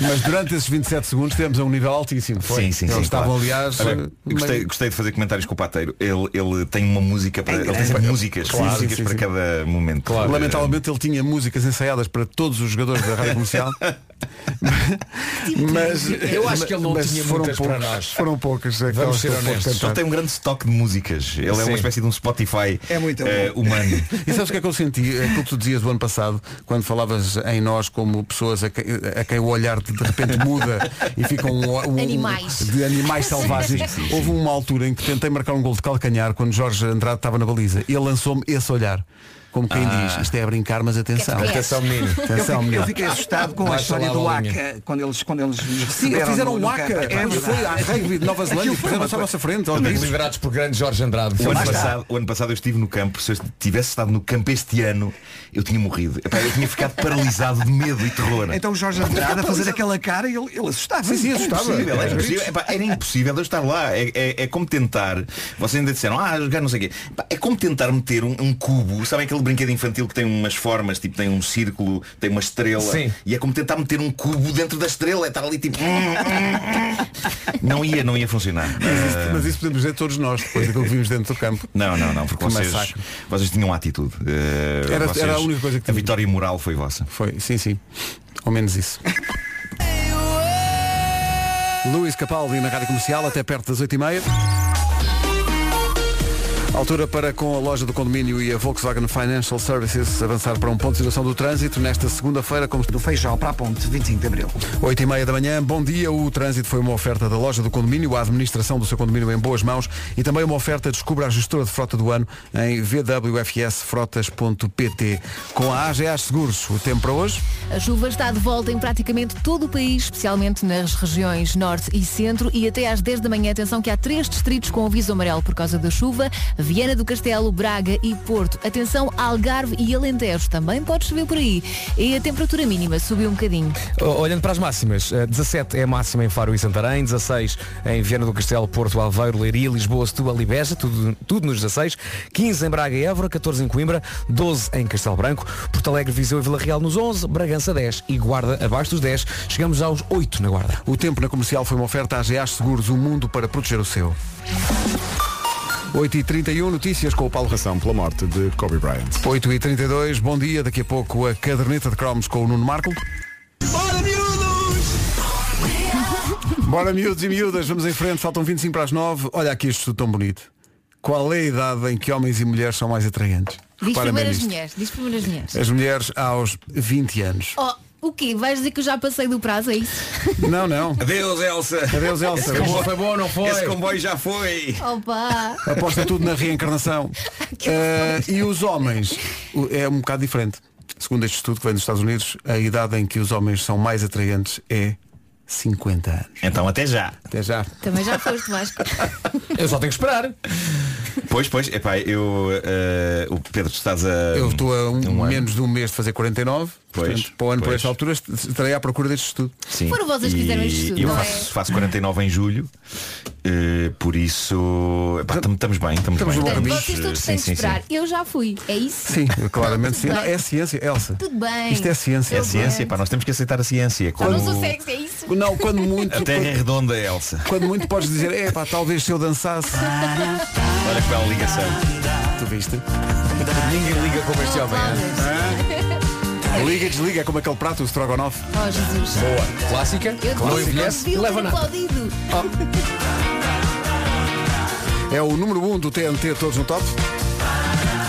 A: Mas durante esses 27 segundos tivemos a um nível altíssimo. Foi.
E: Sim, sim,
A: Eles
E: sim,
A: estavam,
E: claro.
A: aliás.
E: Olha,
A: eh,
E: gostei,
A: meio-
E: gostei de fazer comentários com o Pateiro. Ele, ele tem uma música para. Ele tem sempre músicas,
A: Claro,
E: músicas
A: sim,
E: para
A: sim,
E: cada momento. Eh,
A: Lamentavelmente ele tinha músicas ensaiadas para todos os jogadores da rádio comercial. mas
M: Eu acho que ele não
A: mas
M: tinha
A: foram
M: muitas
A: poucas,
M: para nós.
A: Foram poucas. aquelas
M: Vamos
A: que
M: ser
A: ele pôde
M: honestos.
A: cantar.
E: Ele tem um grande estoque de músicas. Ele é
M: Sim.
E: uma espécie de um Spotify
L: É muito bom.
E: eh, humano.
A: E sabes o que é que eu senti? Aquilo que tu dizias do ano passado, quando falavas em nós como pessoas a, que- a quem o olhar de de repente muda e ficam um, um-
D: Animais.
A: de animais selvagens. Houve uma altura em que tentei marcar um gol de calcanhar quando Jorge Andrade estava na baliza e ele lançou-me esse olhar. Como quem diz, isto é a brincar, mas atenção.
D: Quer dizer,
M: Atenção menino.
L: Eu
A: Atenção,
L: fiquei, eu
A: menino.
L: fiquei assustado com a
M: Baixa
L: história
M: lá a
L: do
M: bolinha.
L: ACA quando eles, quando eles nos
A: Sim, eles
L: receberam
A: fizeram
L: no-
A: um
L: no
A: aca.
L: campo. É
A: Mas foi à
L: verdade.
A: rugby de Nova Zelândia,
L: Aquilo foi
A: puseram
L: uma
A: à nossa frente. aos gritos.
M: Liderados por grande Jorge Andrade.
E: O ano,
L: está.
E: passado, o ano passado eu estive no campo, se eu tivesse estado no campo este ano, eu tinha morrido. Epá, eu tinha ficado paralisado de medo e terror.
L: Então o Jorge Andrade a fazer aquela cara, ele, ele assustava.
A: Sim, sim,
E: É
A: assustava.
E: impossível, é impossível. Epá, era impossível eu estar lá. É, é- é como tentar. Vocês ainda disseram, ah, jogar não sei o quê. Epá, é como tentar meter um, um cubo. Sabem aquele brinquedo infantil que tem umas formas, tipo tem um círculo, tem uma estrela.
M: Sim.
E: E é como tentar meter um cubo dentro da estrela. É estar ali tipo. não ia, não ia funcionar. Eh,
A: Mas isso- Mas isso podemos dizer todos nós, depois daquilo que vimos dentro do campo.
E: Não, não, não, porque
A: Que
E: vocês,
A: massacre.
E: vocês tinham atitude. Eh,
A: Era- era
E: vocês-
A: a única coisa que
E: A
A: tínhamos.
E: vitória moral foi vossa.
A: Foi, sim, sim. Ao menos isso. Luís Capaldi na Rádio Comercial, até perto das 8h30. Altura para, com a loja do condomínio e a Volkswagen Financial Services, avançar para um ponto de situação do trânsito nesta segunda-feira, como
L: do Feijão para a Ponte, 25 de Abril.
A: 8 e meia da manhã, bom dia. O trânsito foi uma oferta da loja do condomínio, a administração do seu condomínio em boas mãos e também uma oferta descubra a gestora de frota do ano em vwfsfrotas.pt. Com a AGA Seguros, o tempo para hoje?
D: A chuva está de volta em praticamente todo o país, especialmente nas regiões norte e centro. E até às 10 da manhã, atenção que há três distritos com aviso amarelo por causa da chuva. Viana do Castelo, Braga e Porto. Atenção, Algarve e Alentejo. Também pode chover por aí. E a temperatura mínima subiu um bocadinho.
M: O- Olhando para as máximas, eh, 17 é a máxima em Faro e Santarém, 16 em Viana do Castelo, Porto, Aveiro, Leiria, Lisboa, Setúbal e Beja, tudo, tudo nos 16, 15 em Braga e Évora, 14 em Coimbra, 12 em Castelo Branco, Porto Alegre, Viseu e Vila Real nos 11, Bragança 10 e Guarda abaixo dos 10, chegamos aos 8 na Guarda.
A: O tempo na comercial foi uma oferta à AGA Seguros, o mundo para proteger o seu. 8h31, notícias com o Paulo
K: Ração pela morte de Kobe Bryant.
A: 8h32, bom dia. Daqui a pouco a caderneta de cromos com o Nuno Marco.
N: Bora, miúdos!
A: Bora, miúdos e miúdas, vamos em frente. Faltam 25 para as 9. Olha aqui isto tão bonito. Qual é a idade em que homens e mulheres são mais atraentes?
D: Diz
A: Repara bem
D: primeiro as
A: nisto.
D: mulheres. Diz primeiro as mulheres.
A: As mulheres aos 20 anos.
D: Oh, o quê? Vais dizer que eu já passei do prazo, é isso?
A: Não, não.
E: Adeus, Elsa.
A: Adeus, Elsa.
E: Esse comboio-
A: Foi bom, não foi?
E: Esse comboio já foi.
D: Opa!
A: Aposta tudo na reencarnação. Eh, e os homens? O- É um bocado diferente. Segundo este estudo que vem dos Estados Unidos, a idade em que os homens são mais atraentes é 50 anos.
E: Então até já.
A: Até já.
D: Também já foste, Vasco.
M: Eu só tenho que esperar.
E: Pois, pois, epá, eu. eh, o Pedro, tu estás a.
A: Eu estou a um-
E: ano.
A: menos de um mês de fazer 49.
E: Pois,
A: portanto, para o ano, por
E: pois.
A: esta altura, est- estarei à procura deste estudo.
E: Sim.
D: Foram vocês que
E: E
D: fizeram isto tudo,
E: Eu
D: não é?
E: faço, faço 49 em julho. eh, por isso epá, tam- estamos bem, estamos
A: Estamos
E: bem.
A: no bom caminho.
D: Vocês todos
E: sim,
D: têm que
E: sim, sim.
D: esperar. Eu já fui, é isso?
A: Sim, claramente sim.
D: Tudo bem.
A: Não, é ciência, Elsa.
D: Tudo bem.
A: Isto é ciência.
E: É ciência, pá, nós temos que aceitar a ciência.
D: Eu não
E: como-
D: sou sexy, é isso?
A: Não, quando muito.
E: A terra é redonda, Elsa.
A: Quando muito podes dizer, é pá, talvez se eu dançasse.
E: Olha que bela ligação.
A: Tu viste?
M: Ninguém liga como este homem.
A: Liga e desliga, é como aquele prato, o Strogonoff.
D: Oh, Jesus.
A: É
M: Boa. Clássica.
D: Eu
A: Não
D: disse,
A: envelhece,
D: não
A: leva
D: nada. Aplaudido.
A: É o número 1 um do TNT, todos no top.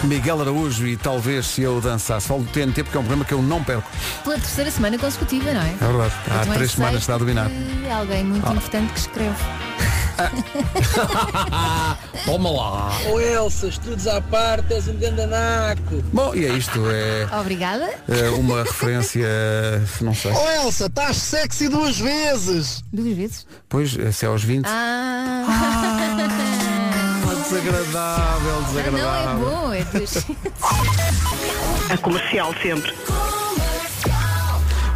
A: Miguel Araújo e talvez se eu dançasse. Falo do TNT porque é um programa que eu não perco.
D: Pela terceira semana consecutiva, não é?
A: É verdade. Há
D: Então é
A: três semanas está a dominar. Ah.
D: E alguém muito importante que escreve. é.
M: Toma lá.
G: Oh Elsa, estudos à parte, és um grande anaco.
A: Bom, e é isto. É,
D: Obrigada.
A: é uma referência, não sei.
G: Elsa, estás sexy duas vezes.
D: Duas vezes?
A: Pois, se é aos 20.
D: Ah.
A: Desagradável,
D: Não é bom, é duas.
Q: A comercial sempre.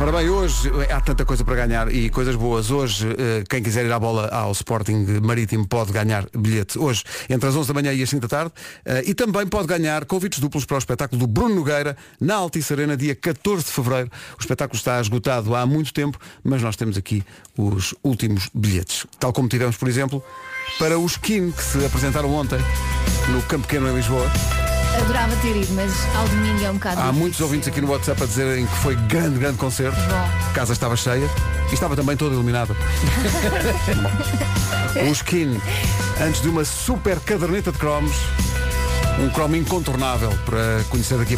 A: Ora bem, hoje eh, há tanta coisa para ganhar e coisas boas. Hoje, eh, quem quiser ir à bola ao Sporting Marítimo pode ganhar bilhete hoje entre as 11 da manhã e as 5 da tarde. Eh, E também pode ganhar convites duplos para o espetáculo do Bruno Nogueira na Altice Arena, dia 14 de fevereiro. O espetáculo está esgotado há muito tempo, mas nós temos aqui os últimos bilhetes. Tal como tivemos, por exemplo, para os Kim que se apresentaram ontem no Campo Pequeno em Lisboa.
D: Adorava ter ido, mas ao domingo é um bocado.
A: Há muitos ouvintes aqui no WhatsApp a dizerem que foi grande, grande concerto.
D: Bom.
A: A casa estava cheia e estava também toda iluminada. Bom. o skin, antes de uma super caderneta de cromos, um cromo incontornável para conhecer daqui.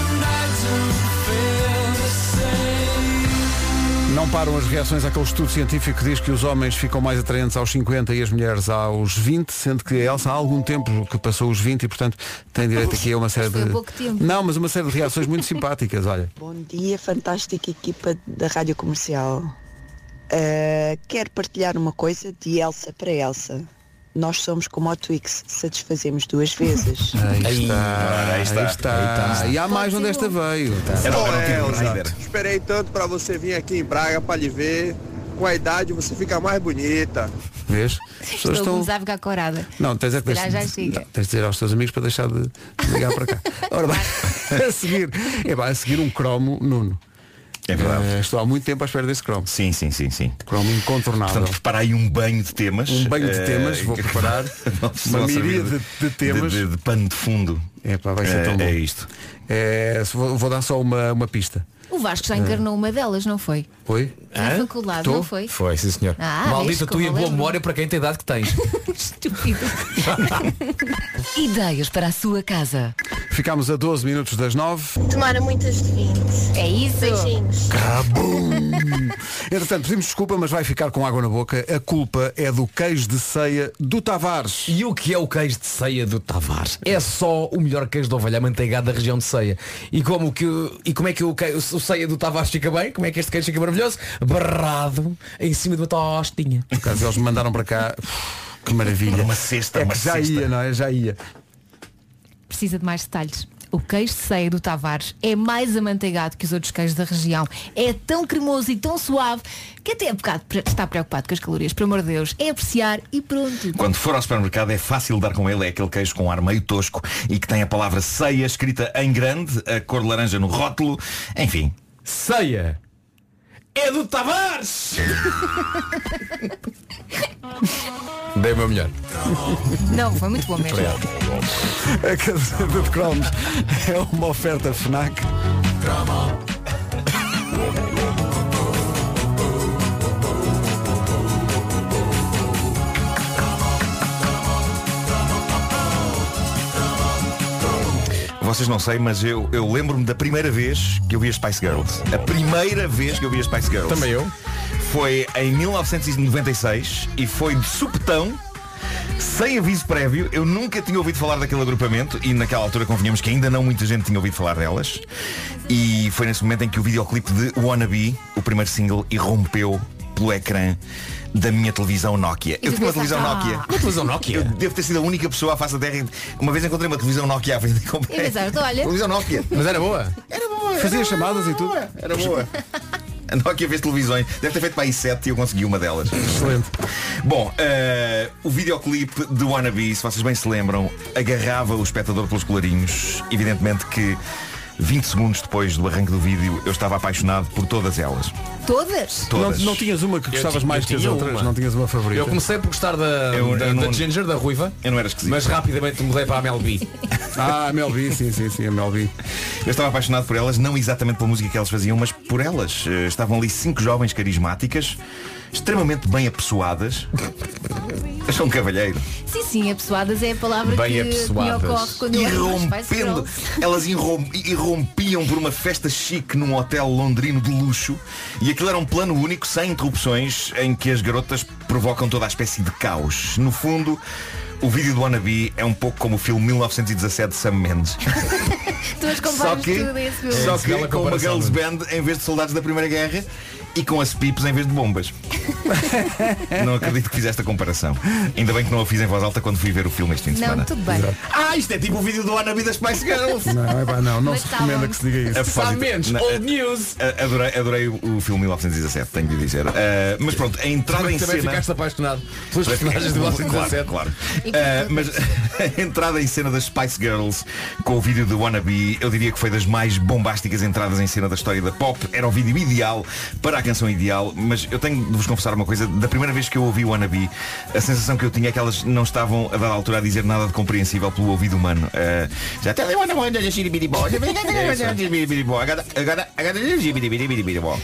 A: Não param as reações àquele estudo científico que diz que os homens ficam mais atraentes aos 50 e as mulheres aos 20, sendo que a Elsa há algum tempo que passou os 20 e, portanto, tem direito aqui a uma série de...
R: Foi pouco tempo.
A: Não, mas uma série de reações muito simpáticas, olha.
R: Bom dia, fantástica equipa da Rádio Comercial. Ah, quero partilhar uma coisa de Elsa para Elsa. Nós somos como o Twix, satisfazemos duas vezes.
A: Aí está,
E: ora, aí está, aí está.
A: E há mais onde esta veio.
E: Era- era um tipo
A: Oh,
E: de
A: Elsa.
E: rider.
P: Esperei tanto para você vir aqui em Braga para lhe ver. Com a idade você fica mais bonita.
A: Vês? As
D: Estou,
A: pessoas
D: a
A: estão...
D: começar a ficar corada.
A: Não, tens é que
D: Se calhar já chega.
A: Não, tens de dizer aos teus amigos para deixar de ligar para cá. Ora bem, a seguir, é pá, a seguir um cromo Nuno.
E: É verdade.
A: Eh, estou há muito tempo à espera desse cromo.
E: Sim, sim, sim, sim.
A: Cromo incontornável.
E: Portanto, preparei um banho de temas.
A: Ah, Um banho de
E: eh,
A: temas, vou
E: que-
A: preparar.
E: vão-
A: Uma
E: vão servir
A: miríade de- de temas.
E: De, de pano de fundo.
A: É pá, vai ser
E: É-
A: tão bom. Eh,
E: é isto.
A: É, se vou, vou dar só uma, uma pista.
D: O Vasco já encarnou uma delas, não foi?
M: Foi?
D: Na faculdade,
M: Tô?
D: não foi?
M: Foi, sim senhor.
D: Ah, vês
M: Maldita
D: como
M: tu e a
D: eu
M: boa
D: lembro.
M: memória para quem tem a idade que tens.
D: Estúpido.
S: Ideias para a sua casa.
A: Ficámos a 12 minutos das 9.
T: Tomara muitas de 20.
D: É isso.
T: Beijinhos.
A: Cabum! Entretanto, pedimos desculpa, mas vai ficar com água na boca. A culpa é do queijo de ceia do Tavares.
M: E o que é o queijo de ceia do Tavares? É só o melhor queijo de ovelha amanteigado da região de ceia. E como, que, o- e como é que o, queijo, o ceia do Tavares fica bem? Como é que este queijo fica maravilhoso? Barrado em cima de uma tostinha.
A: Por acaso, eles me mandaram para cá. Que maravilha.
E: Uma cesta,
A: é que
E: uma
A: já
E: cesta.
A: ia, não é? Já ia.
D: Precisa de mais detalhes. O queijo de ceia do Tavares é mais amanteigado que os outros queijos da região. É tão cremoso e tão suave que até é bocado pre- está preocupado com as calorias. Por amor de Deus, é apreciar e pronto.
E: Quando for ao supermercado é fácil dar com ele, é aquele queijo com ar meio tosco e que tem a palavra ceia escrita em grande, a cor de laranja no rótulo, enfim.
M: Ceia é do Tavares! Dei o meu melhor.
D: Não, foi muito bom mesmo.
A: A Caseta de Cromos é uma oferta FNAC.
E: Vocês não sei, mas eu, eu lembro-me da primeira vez que eu vi as Spice Girls. A primeira vez que eu vi as Spice Girls.
M: Também eu.
E: Foi em 1996 e foi de supetão. Sem aviso prévio, eu nunca tinha ouvido falar daquele agrupamento e naquela altura convenhamos que ainda não muita gente tinha ouvido falar delas. E foi nesse momento em que o videoclipe de Wannabe, o primeiro single, irrompeu pelo ecrã da minha televisão Nokia.
M: E
E: eu
M: tu
E: tinha uma
M: pensaste,
E: televisão
M: "Ah."
E: Nokia.
M: Uma televisão Nokia?
E: Eu devo ter sido a única pessoa à face da terra. Uma vez encontrei uma televisão Nokia à venda e comprei.
D: E pensaste, olha.
E: Televisão Nokia.
M: Mas era boa?
E: Era boa.
A: Fazia chamadas e tudo.
E: Era boa. A Nokia fez televisões. Deve ter feito para aí sete e eu consegui uma delas.
A: Excelente.
E: Bom, eh, o videoclipe do Wannabe, se vocês bem se lembram, agarrava o espectador pelos colarinhos. Evidentemente que 20 segundos depois do arranque do vídeo, eu estava apaixonado por todas elas.
D: Todas?
E: Todas.
A: Não, não tinhas uma que
E: Eu
A: gostavas
E: ti-
A: mais
E: eu
A: que as
E: tinha
A: outras?
E: uma.
A: Não tinhas uma favorita?
M: Eu comecei por gostar da,
A: Eu-
M: da,
A: eu
M: da
A: não-
M: Ginger, da Ruiva.
E: Eu não era esquisito.
M: Mas rapidamente mudei para a Mel B.
A: Ah, a Mel B, sim, sim, sim, a Mel B.
E: Eu estava apaixonado por elas, não exatamente pela música que elas faziam, mas por elas. Eh, Estavam ali cinco jovens carismáticas, extremamente bem apessoadas. Eu sou um cavalheiro.
D: Sim, sim, apessoadas é a palavra
E: Bem
D: que me
E: apessoadas.
D: ocorre quando eu olho para as Spice
E: Irrompendo.
D: Girls.
E: Elas irrom- irrompiam por uma festa chique num hotel londrino de luxo e aquilo era um plano único, sem interrupções, em que as garotas provocam toda a espécie de caos. No fundo, o vídeo do Wannabe é um pouco como o filme 1917 de Sam Mendes.
D: Tu as
E: Só
D: comparas
E: que,
D: tudo a esse filme.
E: só que com uma girls band em vez de soldados da Primeira Guerra e com as pips em vez de bombas. não acredito que fizeste a comparação. Ainda bem que não a fiz em voz alta quando fui ver o filme este fim de
D: Não,
E: semana.
D: tudo bem. Exato.
E: Ah, isto é tipo o vídeo do Ana Vida Spice Girls.
A: Não, é pá, não, não
D: Mas
A: se
D: tá
A: recomenda
D: bom.
A: que se diga isso.
E: A propósito, na-
M: news.
E: a- Adorei, adorei o filme 1917, tenho de dizer. Ah, mas pronto, a entrada
M: Também
E: em cena.
M: ficaste apaixonado pelos personagens de
E: Claro,
M: 1917.
E: Claro, Ah, mas a entrada em cena das Spice Girls com o vídeo do Wannabe, eu diria que foi das mais bombásticas entradas em cena da história da pop. Era o vídeo ideal para a canção ideal, mas eu tenho de vos confessar uma coisa. Da primeira vez que eu ouvi o Wannabe, a sensação que eu tinha é que elas não estavam a dada altura a dizer nada de compreensível pelo ouvido humano. Ah, já até
M: É
E: agora, agora, agora,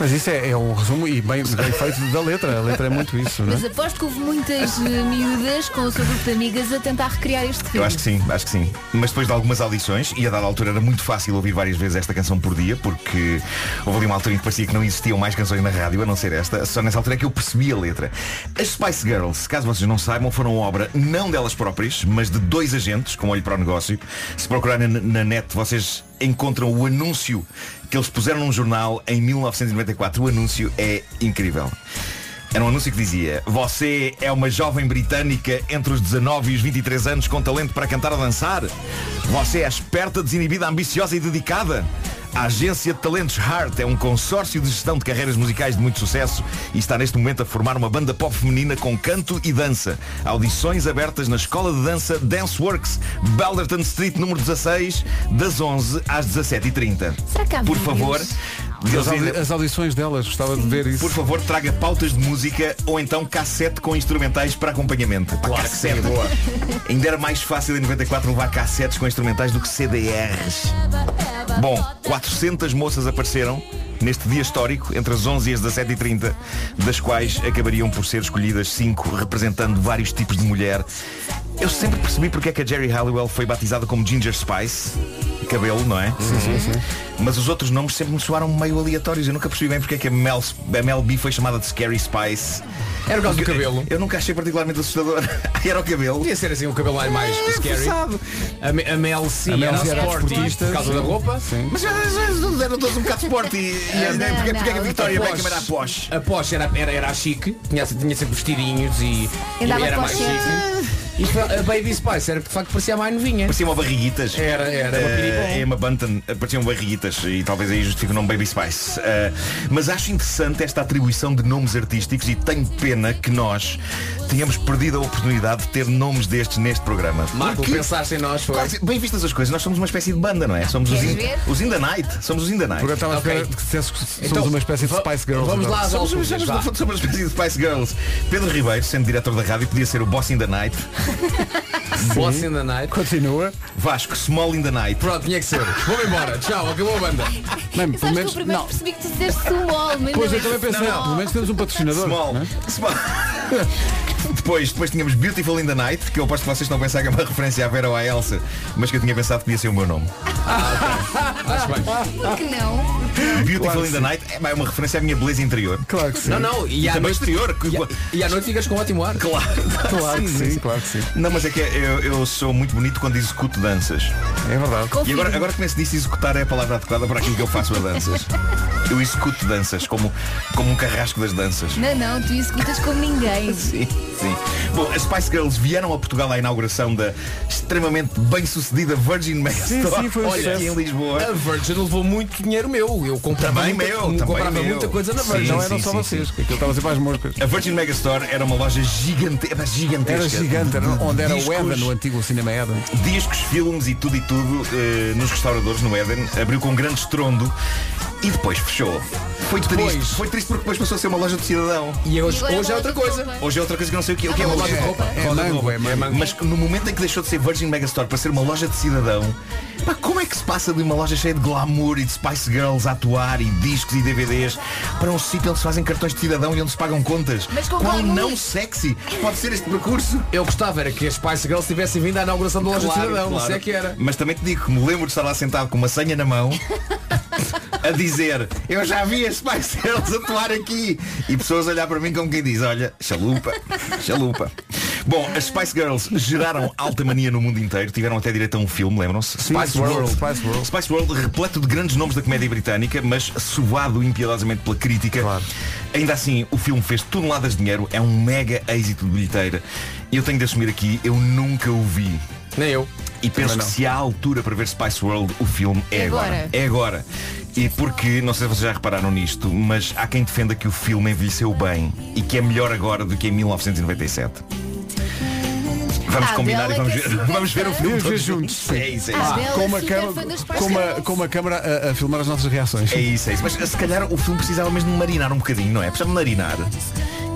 A: Mas isso é, é um resumo e bem, bem feito da letra. A letra é muito isso, não é?
D: Mas aposto que houve muitas eh, miúdas com o seu grupo de amigas a tentar recriar este filme.
E: Eu acho que sim, acho que sim. Mas depois de algumas audições, e a dada altura era muito fácil ouvir várias vezes esta canção por dia, porque houve ali uma altura em que parecia que não existiam mais canções na rádio, a não ser esta. Só nessa altura é que eu percebi a letra. As Spice Girls, caso vocês não saibam, foram obra não delas próprias, mas de dois agentes, com olho para o negócio. Se procurarem na, na net, vocês encontram o anúncio que eles puseram num jornal em 1994. O anúncio é incrível. Era um anúncio que dizia Você é uma jovem britânica entre os 19 e os 23 anos com talento para cantar ou dançar? Você é esperta, desinibida, ambiciosa e dedicada? A agência de talentos Heart é um consórcio de gestão de carreiras musicais de muito sucesso e está neste momento a formar uma banda pop feminina com canto e dança. Audições abertas na escola de dança Danceworks, Balderton Street número 16, das 11 às 17h30.
D: Será que há
E: Por
D: vídeos?
E: favor,
A: As, audi- as audições delas, gostava de ver isso.
E: Por favor, traga pautas de música ou então cassete com instrumentais para acompanhamento. Pá,
A: Claro que
E: cassete,
A: sim, boa.
E: Ainda era mais fácil em 94 levar cassetes com instrumentais do que CDRs. Bom, 400 moças apareceram neste dia histórico, entre as 11 e as 17h30, das quais acabariam por ser escolhidas 5, representando vários tipos de mulher. Eu sempre percebi porque é que a Jerry Halliwell foi batizada como Ginger Spice. Cabelo, não é? Sim, sim, sim. Mas os outros nomes sempre me soaram meio aleatórios. Eu nunca percebi bem porque é que a Mel, a Mel B foi chamada de Scary Spice. Era o
M: causa do
E: cabelo. Eu nunca achei particularmente assustador. Era o cabelo.
M: Podia ser assim um cabelo mais, mais scary. A, Me- a Mel C
E: A Mel
M: era
E: C era
M: sporty,
E: esportista,
M: por causa
E: sim.
M: da roupa.
E: Sim. Mas eram todos um bocado sport e,
M: Ah,
E: e-
M: não,
E: porque, porque é que a
M: não,
E: Victoria
M: não.
E: Beckham era a posh?
M: A Porsche era, era, era a chique, tinha, tinha sempre vestidinhos e,
E: E
M: e
E: dava
M: era mais
E: Porsche.
M: chique. E fa- a Baby Spice era de facto parecia mais novinha.
E: Parecia uma barriguitas.
M: Era, era uma piripom.
E: Eh, Emma Bunton eh, pareciam barriguitas e talvez aí justifique o nome Baby Spice. Eh, mas acho interessante esta atribuição de nomes artísticos e tenho pena que nós tenhamos perdido a oportunidade de ter nomes destes neste programa.
M: Marco,
E: Porque-
M: pensaste em nós, foi.
E: Quase- bem vistas as coisas, nós somos uma espécie de banda, não é? Somos os,
M: Queres
E: in,
M: ver?
E: os In the Night. Somos os In the Night.
A: Porque eu estava a
E: Ok.
A: esperar que dissesse que somos
E: Então,
A: uma espécie de
E: va-
A: Spice Girls. então.
E: Vamos
A: agora.
E: lá, somos, somos, somos, somos uma espécie de Spice Girls. Pedro Ribeiro, sendo diretor da rádio, podia ser o Boss in the Night.
M: Boss in the Night.
A: Continua.
E: Vasco, Small in the Night.
M: Pronto, tinha que ser. Vou embora. Tchau, acabou a banda.
A: Não, pelo
S: Sabes que eu
A: menos,
S: primeiro
A: não.
S: percebi que tu disseste sumol, mas
A: Pois
S: não
A: eu também
S: é
A: pensei,
S: sumol.
A: pelo menos temos um patrocinador.
E: Small.
A: não é?
E: Small. Depois, depois tínhamos Beautiful in the Night, que eu aposto que vocês estão a pensar que é uma referência à Vera ou à Elsa, mas que eu tinha pensado que podia ser o meu nome.
S: Por que não?
E: Beautiful in the Night é pá, é uma referência à minha beleza interior.
A: Claro que
M: Não, não, e
E: E,
M: à
E: também
M: noite-
E: exterior. que-
M: E à noite ficas com um ótimo ar.
E: Claro.
A: Claro que sim, claro que sim.
E: Não, mas é que eu, eu sou muito bonito quando executo danças.
A: É verdade.
E: E agora, agora que me disse executar é a palavra adequada para aquilo que eu faço a danças. Eu executo danças como, como um carrasco das danças.
S: Não, não, tu escutas como ninguém.
E: Sim, sim. Bom, as Spice Girls vieram a Portugal à inauguração da extremamente bem-sucedida Virgin Megastore.
A: um
E: Olha, aqui em Lisboa.
M: A Virgin levou muito dinheiro meu. Eu comprava,
E: Também
M: muita,
E: meu,
M: eu
E: também
M: comprava
E: meu.
M: muita coisa na
E: Sim,
M: Virgin.
E: Não eram sim, só sim, vocês, sim.
A: que aquilo estava sempre às moscas.
E: A Virgin Megastore era uma loja gigante, era gigantesca.
A: Era gigante, era
E: De- de
A: onde era o
E: discos,
A: Eden, no antigo cinema Eden.
E: discos, filmes e tudo e tudo eh, nos restauradores no Éden. Abriu com um grande estrondo e depois fechou. Foi triste. Foi triste porque depois passou a ser uma loja de cidadão.
M: E hoje,
E: E agora
M: hoje é
E: uma loja
M: outra
E: de
M: coisa.
E: Hoje é outra coisa que eu não sei o que é. O que é
M: É
E: uma
M: uma
E: loja de roupa?
M: é
E: Loja de
M: mango,
E: roupa.
M: é mango.
E: Mas no momento em que deixou de ser Virgin Megastore para ser uma loja de cidadão, pá, como é que se passa de uma loja cheia de glamour e de Spice Girls a atuar e discos e DVDs para um sítio onde se fazem cartões de cidadão e onde se pagam contas?
S: Mas com
E: Quão
S: glamour.
E: não sexy pode ser este percurso?
M: Eu gostava era que as Spice Girls tivessem vindo à inauguração da loja de cidadão. Isso é que era.
E: Mas também te digo que me lembro de estar lá sentado com uma senha na mão a dizer eu já vi as Spice Girls atuar aqui e pessoas a olhar para mim como quem diz olha, chalupa, chalupa. Bom, as Spice Girls geraram alta mania no mundo inteiro, tiveram até direito a um filme, lembram-se?
A: Sim, Spice World, Spice World.
E: Spice World repleto de grandes nomes da comédia britânica, mas sovado impiedosamente pela crítica. Ainda assim, o filme fez toneladas de dinheiro, é um mega êxito de bilheteira. E eu tenho de assumir aqui, eu nunca o vi.
M: Nem eu.
E: E penso
M: Também
E: que
M: não.
E: se há altura para ver Spice World, o filme é
M: É
E: agora.
M: agora.
E: É agora. E porque, não sei se vocês já repararam nisto, mas há quem defenda que o filme envelheceu bem e que é melhor agora do que em 1997. Vamos
A: Ah,
E: combinar
A: dela
E: e vamos
A: que é
E: ver,
A: super
E: vamos ver o filme
A: Vamos ver
E: todos
A: juntos.
E: É isso, é
A: Ah,
E: isso.
A: com uma câmara, com uma, com uma câmara a, a filmar as nossas reações.
E: É isso, é isso. Mas se calhar o filme precisava mesmo de marinar um bocadinho, não é? Precisava de marinar.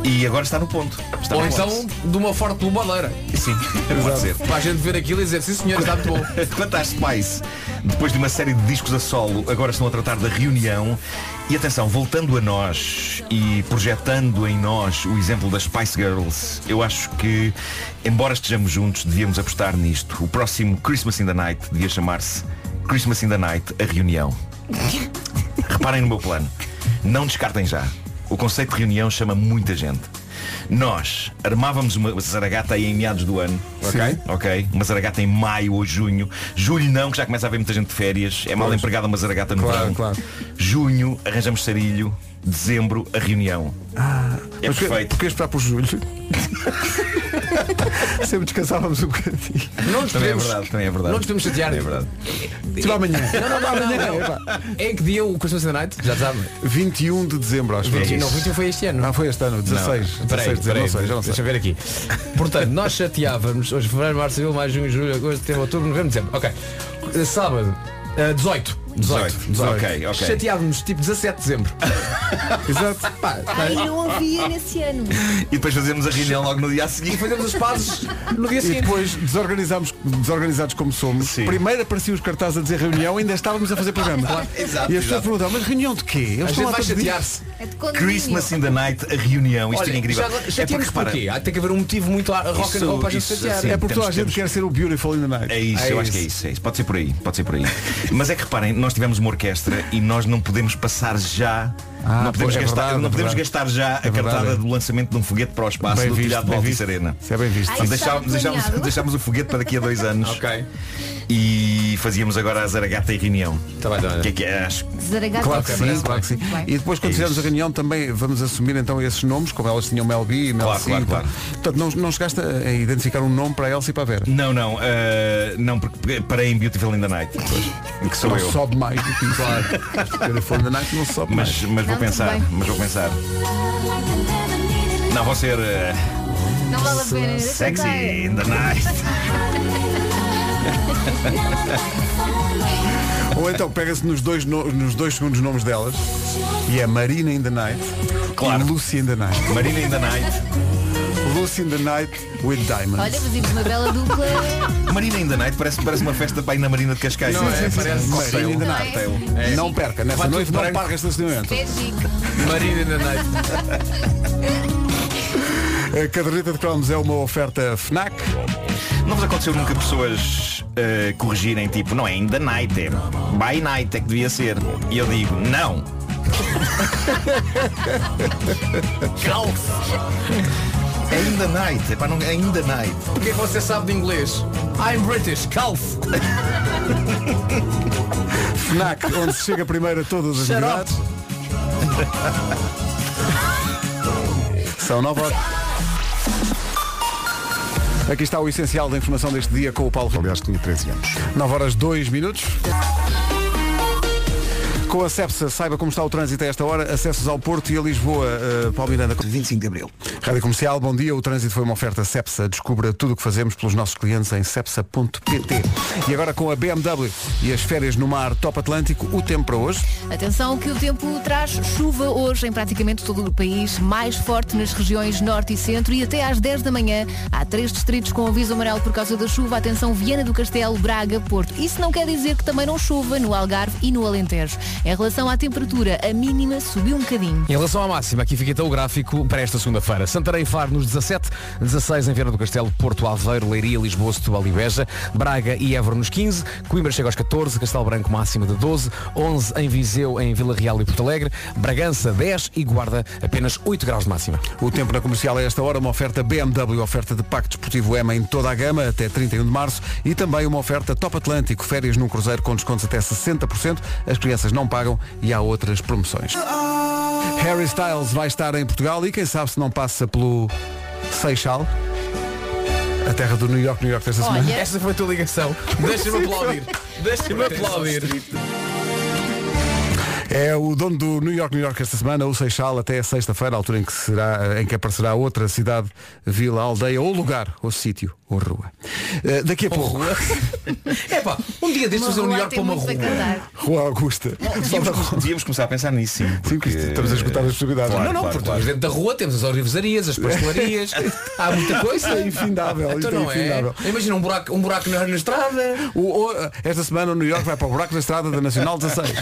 E: E agora está no ponto. Está
M: Ou
E: no
M: então
E: ponto.
M: de uma forte plumadeira.
E: Sim, pode ser.
M: Para a gente ver aquilo e dizer, sim senhor, está muito bom.
E: Quanto às Spice, depois de uma série de discos a solo, agora estão a tratar da reunião. E atenção, voltando a nós e projetando em nós o exemplo das Spice Girls, eu acho que, embora estejamos juntos, devíamos apostar nisto. O próximo Christmas in the Night devia chamar-se Christmas in the Night, a reunião. Reparem no meu plano. Não descartem já. O conceito de reunião chama muita gente. Nós armávamos uma zaragata aí em meados do ano. Ok? Ok? Uma zaragata em maio ou junho. Julho não, que já começa a haver muita gente de férias. É mal
A: Pois.
E: empregada uma zaragata no
A: Claro,
E: verão.
A: claro.
E: Junho, arranjamos sarilho. Dezembro, a reunião.
A: Ah,
E: É
A: mas
E: perfeito.
A: Porque esperar para o julho. Sempre descansávamos um bocadinho.
M: Não nos
E: Também é
M: podemos-
E: verdade, também é verdade.
M: Não nos podemos chatear.
E: É verdade.
A: Tira amanhã.
M: Não, não, não, não, não. É em que dia o Christmas in the Night? Já sabe.
A: 21 de dezembro, acho eu.
M: 20, não, 21 foi este ano.
A: Ah, É foi este ano, 16.
M: Não,
A: 16
M: peraí,
A: de dezembro,
M: peraí,
A: não sei, já não sei.
M: deixa eu ver aqui. Portanto, nós chateávamos hoje fevereiro, março, abril, maio, junho, julho, agosto, setembro, outubro, novembro, dezembro. Ok. Sábado, eh, 18. 18. 18.
E: Ok, ok.
M: Chateávamos tipo 17 de dezembro. Exato.
A: Ah,
M: Pá,
S: Ai, não havia nesse ano.
E: E depois fazemos a reunião logo no dia a seguir.
M: Fazemos as pazes no dia
A: E
M: seguinte.
A: depois, desorganizámos- desorganizados como somos, primeiro apareciam os cartazes a dizer reunião, ainda estávamos a fazer programa.
E: Claro, exato,
A: e as pessoas
E: exato.
A: perguntavam, mas reunião de quê?
E: A
A: Eles
E: gente
A: estão lá
E: vai
A: todos os dias."
E: chatear-se.
S: É de condomínio.
E: Christmas in the night, a reunião. Isto
M: Olha,
E: é incrível.
M: já- já
E: é
M: temos porquê? Há- Tem que haver um motivo muito a- rock and roll para a gente
E: Isso- isso,
M: chatear.
E: sim,
A: é porque toda a
E: temos-
A: gente quer ser o beautiful in the night.
E: É isso, eu acho que é isso, é isso. Pode ser por aí, pode ser por aí. Mas é que reparem, nós tivemos uma orquestra e nós não podemos passar já.
A: Ah,
E: não podemos,
A: pois, é
E: gastar,
A: verdade,
E: não
A: é
E: podemos
A: verdade.
E: gastar já
A: É
E: a
A: verdade,
E: cartada
A: é.
E: do lançamento de um foguete para o espaço
A: Bem
E: do
A: visto,
E: telhado do
A: bem
E: Altice
A: visto.
E: Arena.
A: Isso é bem visto.
S: Ah,
E: Portanto,
S: isso estava
E: deixámos, deixámos-
S: planeado.
E: deixámos o foguete para daqui a dois anos.
M: Ok.
E: E fazíamos agora a Zaragata e reunião.
M: Tá bem, tá bem.
E: O que é que é? Acho
S: Zaragata.
A: Claro que sim, claro que sim.
S: Muito bem.
A: E depois quando
E: É
A: fizermos a
E: isso.
A: reunião também vamos assumir então esses nomes, como elas tinham Mel B e Mel
E: Claro,
A: C. então.
E: claro, claro.
A: Portanto, não, não chegaste a a identificar um nome para a Elsa e para a Vera.
E: Não, não, eh, não, porque parei em Beautiful in the Night. Que sou
A: não
E: eu.
A: sobe mais do que isso. Beautiful in the night não sobe mais.
E: Mas, mas vou
S: Não,
E: pensar,
S: tudo bem.
E: mas vou pensar. Não, vou ser eh,
S: Não vale a pena. deixa
E: sexy
S: estar.
E: in the night.
A: Ou então pega-se nos dois, no- nos dois segundos nomes delas e é Marina in the Night
E: Claro.
A: e Lucy in the Night.
E: Marina in the night.
A: Lucy in the Night with Diamonds.
S: Olha, fazíamos uma bela dupla.
E: Marina in the night parece, parece uma festa para ir na Marina de Cascais.
M: Não é? Parece
E: um
A: Marina in the
E: cocktail.
A: Night.
E: Cocktail.
A: Não perca, nessa
M: Vai tudo
A: noite não
M: branco.
A: paga estacionamento.
S: Magic.
M: Marina na noite.
A: A caderneta de cromos é uma oferta FNAC.
E: Não vos aconteceu nunca pessoas eh, corrigirem tipo, não é in the night, é by night é que devia ser. E eu digo, não. Calce. É in the night, é para não é in the night.
M: O que é que você sabe de inglês? I'm British, calf.
A: FNAC, onde se chega primeiro a todas as
M: Shut up.
A: novidades. São nova. Aqui está o essencial da informação deste dia com o Paulo Rico.
K: Aliás, tinha 13 anos.
A: 9 horas 2 minutos. Com a CEPSA, saiba como está o trânsito a esta hora. Acessos ao Porto e a Lisboa. Uh, Paulo Miranda,
L: 25 de Abril.
A: Rádio Comercial, bom dia. O trânsito foi uma oferta CEPSA. Descubra tudo o que fazemos pelos nossos clientes em cepsa.pt. E agora com a BMW e as férias no mar Top Atlântico, o tempo para hoje.
D: Atenção que o tempo traz chuva hoje em praticamente todo o país, mais forte nas regiões norte e centro e até às 10 da manhã há três distritos com aviso amarelo por causa da chuva. Atenção, Viana do Castelo, Braga, Porto. Isso não quer dizer que também não chova no Algarve e no Alentejo. Em relação à temperatura, a mínima subiu um bocadinho.
M: Em relação à máxima, aqui fica então o gráfico para esta segunda-feira. Santarém e Faro nos 17, 16 em Viana do Castelo, Porto Aveiro, Leiria, Lisboa, Setúbal e Beja, Braga e Évora nos 15, Coimbra chega aos 14, Castelo Branco máxima de 12, 11 em Viseu, em Vila Real e Porto Alegre, Bragança 10 e Guarda apenas 8 graus de máxima.
A: O tempo na comercial a esta hora, uma oferta BMW, oferta de Pacto Desportivo EMA em toda a gama até 31 de março e também uma oferta Top Atlântico, férias num cruzeiro com descontos até 60%. As crianças não pagam e há outras promoções. Harry Styles vai estar em Portugal e quem sabe se não passa pelo Seixal, a terra do New York, New York desta semana.
D: Olha,
M: Esta foi a tua ligação. Deixa-me aplaudir. Deixa-me aplaudir.
A: É o dono do New York, New York esta semana, o Seixal, até sexta-feira, altura em que, será, em que aparecerá outra cidade, vila, aldeia, ou lugar, ou sítio, ou rua. Eh, daqui a pouco.
M: É pá, um dia
D: uma
M: destes fazer um New
D: rua
M: York
D: tem
M: para uma
D: muito
M: rua.
D: para cantar.
A: Rua Augusta.
E: Devíamos, devíamos começar a pensar nisso, sim.
A: Sim, porque estamos a esgotar as possibilidades.
E: Claro,
M: não, não,
E: claro,
M: porque
E: claro.
M: dentro da rua temos as orivesarias, as pastelarias, há muita coisa.
A: É infindável,
M: então
A: isto é
M: não
A: infindável.
M: é. Imagina um buraco, um buraco na, na estrada.
A: O- o- esta semana o New York vai para o buraco da estrada da Nacional 16.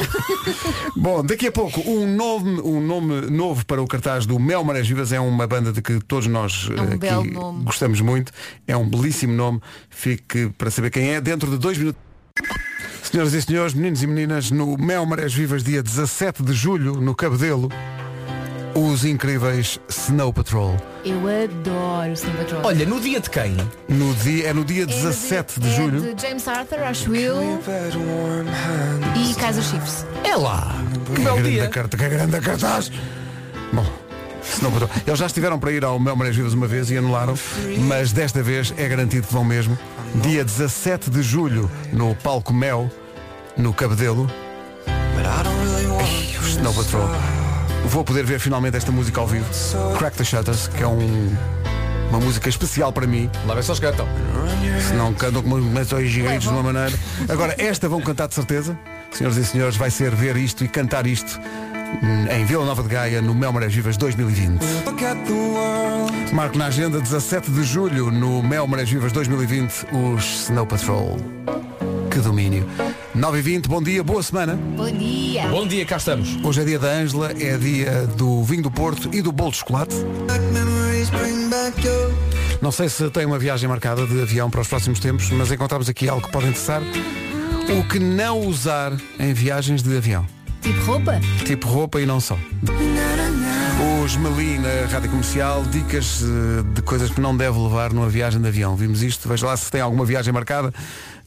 A: Bom, daqui a pouco, um nome, um nome novo para o cartaz do Mel Marés Vivas é uma banda de que todos nós
D: É um
A: eh,
D: belo
A: aqui
D: nome.
A: gostamos muito. É um belíssimo nome. Fique para saber quem é dentro de dois minutos. Senhoras e senhores, meninos e meninas, no Mel Marés Vivas, dia 17 de julho, no Cabedelo, os incríveis Snow Patrol.
D: Eu adoro o Samba Drop.
M: Olha, no dia de quem?
A: No dia, é no dia
D: É
A: 17
D: é
A: de julho.
D: de James Arthur, acho eu. E Casa Chifres.
M: É lá. Que belo
A: grande
M: dia.
A: carta, que grande cartaz! Bom, se não mudou. Eles já estiveram para ir ao Mel Marés Vivas uma vez e anularam, mas desta vez é garantido que vão mesmo. Dia 17 de julho, no Palco Mel, no Cabedelo. Ei, o Snow Patrol. Vou poder ver finalmente esta música ao vivo. Crack the Shutters, que é um- uma música especial para mim.
M: Lá vem só então. os cantam.
A: Se não cantam como umas mações gigantes de uma maneira. Agora, esta vão cantar de certeza. Senhoras e senhores, vai ser ver isto e cantar isto hum, em Vila Nova de Gaia, no Mel Marés Vivas 2020. Marco na agenda 17 de julho, no Mel Marés Vivas 2020, os Snow Patrol. Que domínio. 9 e 20 bom dia, boa semana.
D: Bom dia.
A: Bom dia, cá estamos. Hoje é dia da Ângela, é dia do vinho do Porto e do bolo de chocolate. Não sei se tem uma viagem marcada de avião para os próximos tempos, mas encontramos aqui algo que pode interessar. O que não usar em viagens de avião.
D: Tipo roupa?
A: Tipo roupa e não só. Os Meli na Rádio Comercial, dicas eh, de coisas que não deve levar numa viagem de avião. Vimos isto, veja lá se tem alguma viagem marcada.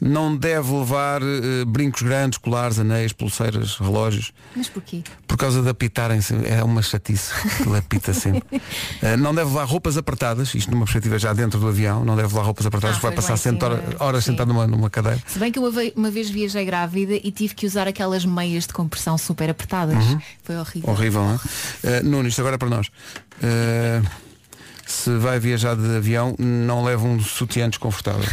A: Não deve levar eh, brincos grandes, colares, anéis, pulseiras, relógios,
D: Mas porquê?
A: por causa de apitarem sempre. É uma chatice que ele apita sempre. Eh, não deve levar roupas apertadas, isto numa perspectiva já dentro do avião, não deve levar roupas apertadas,
D: Ah,
A: porque vai
D: pois lá
A: passar
D: em
A: sempre
D: cima,
A: hora- horas sentado numa, numa cadeira.
D: Se bem que eu uma ve- uma vez viajei grávida e tive que usar aquelas meias de compressão super apertadas.
A: Uhum.
D: Foi horrível.
A: Horrível, não é? Eh, Nuno, isto agora é para nós. Eh, se vai viajar de avião, não leva um sutiã desconfortável.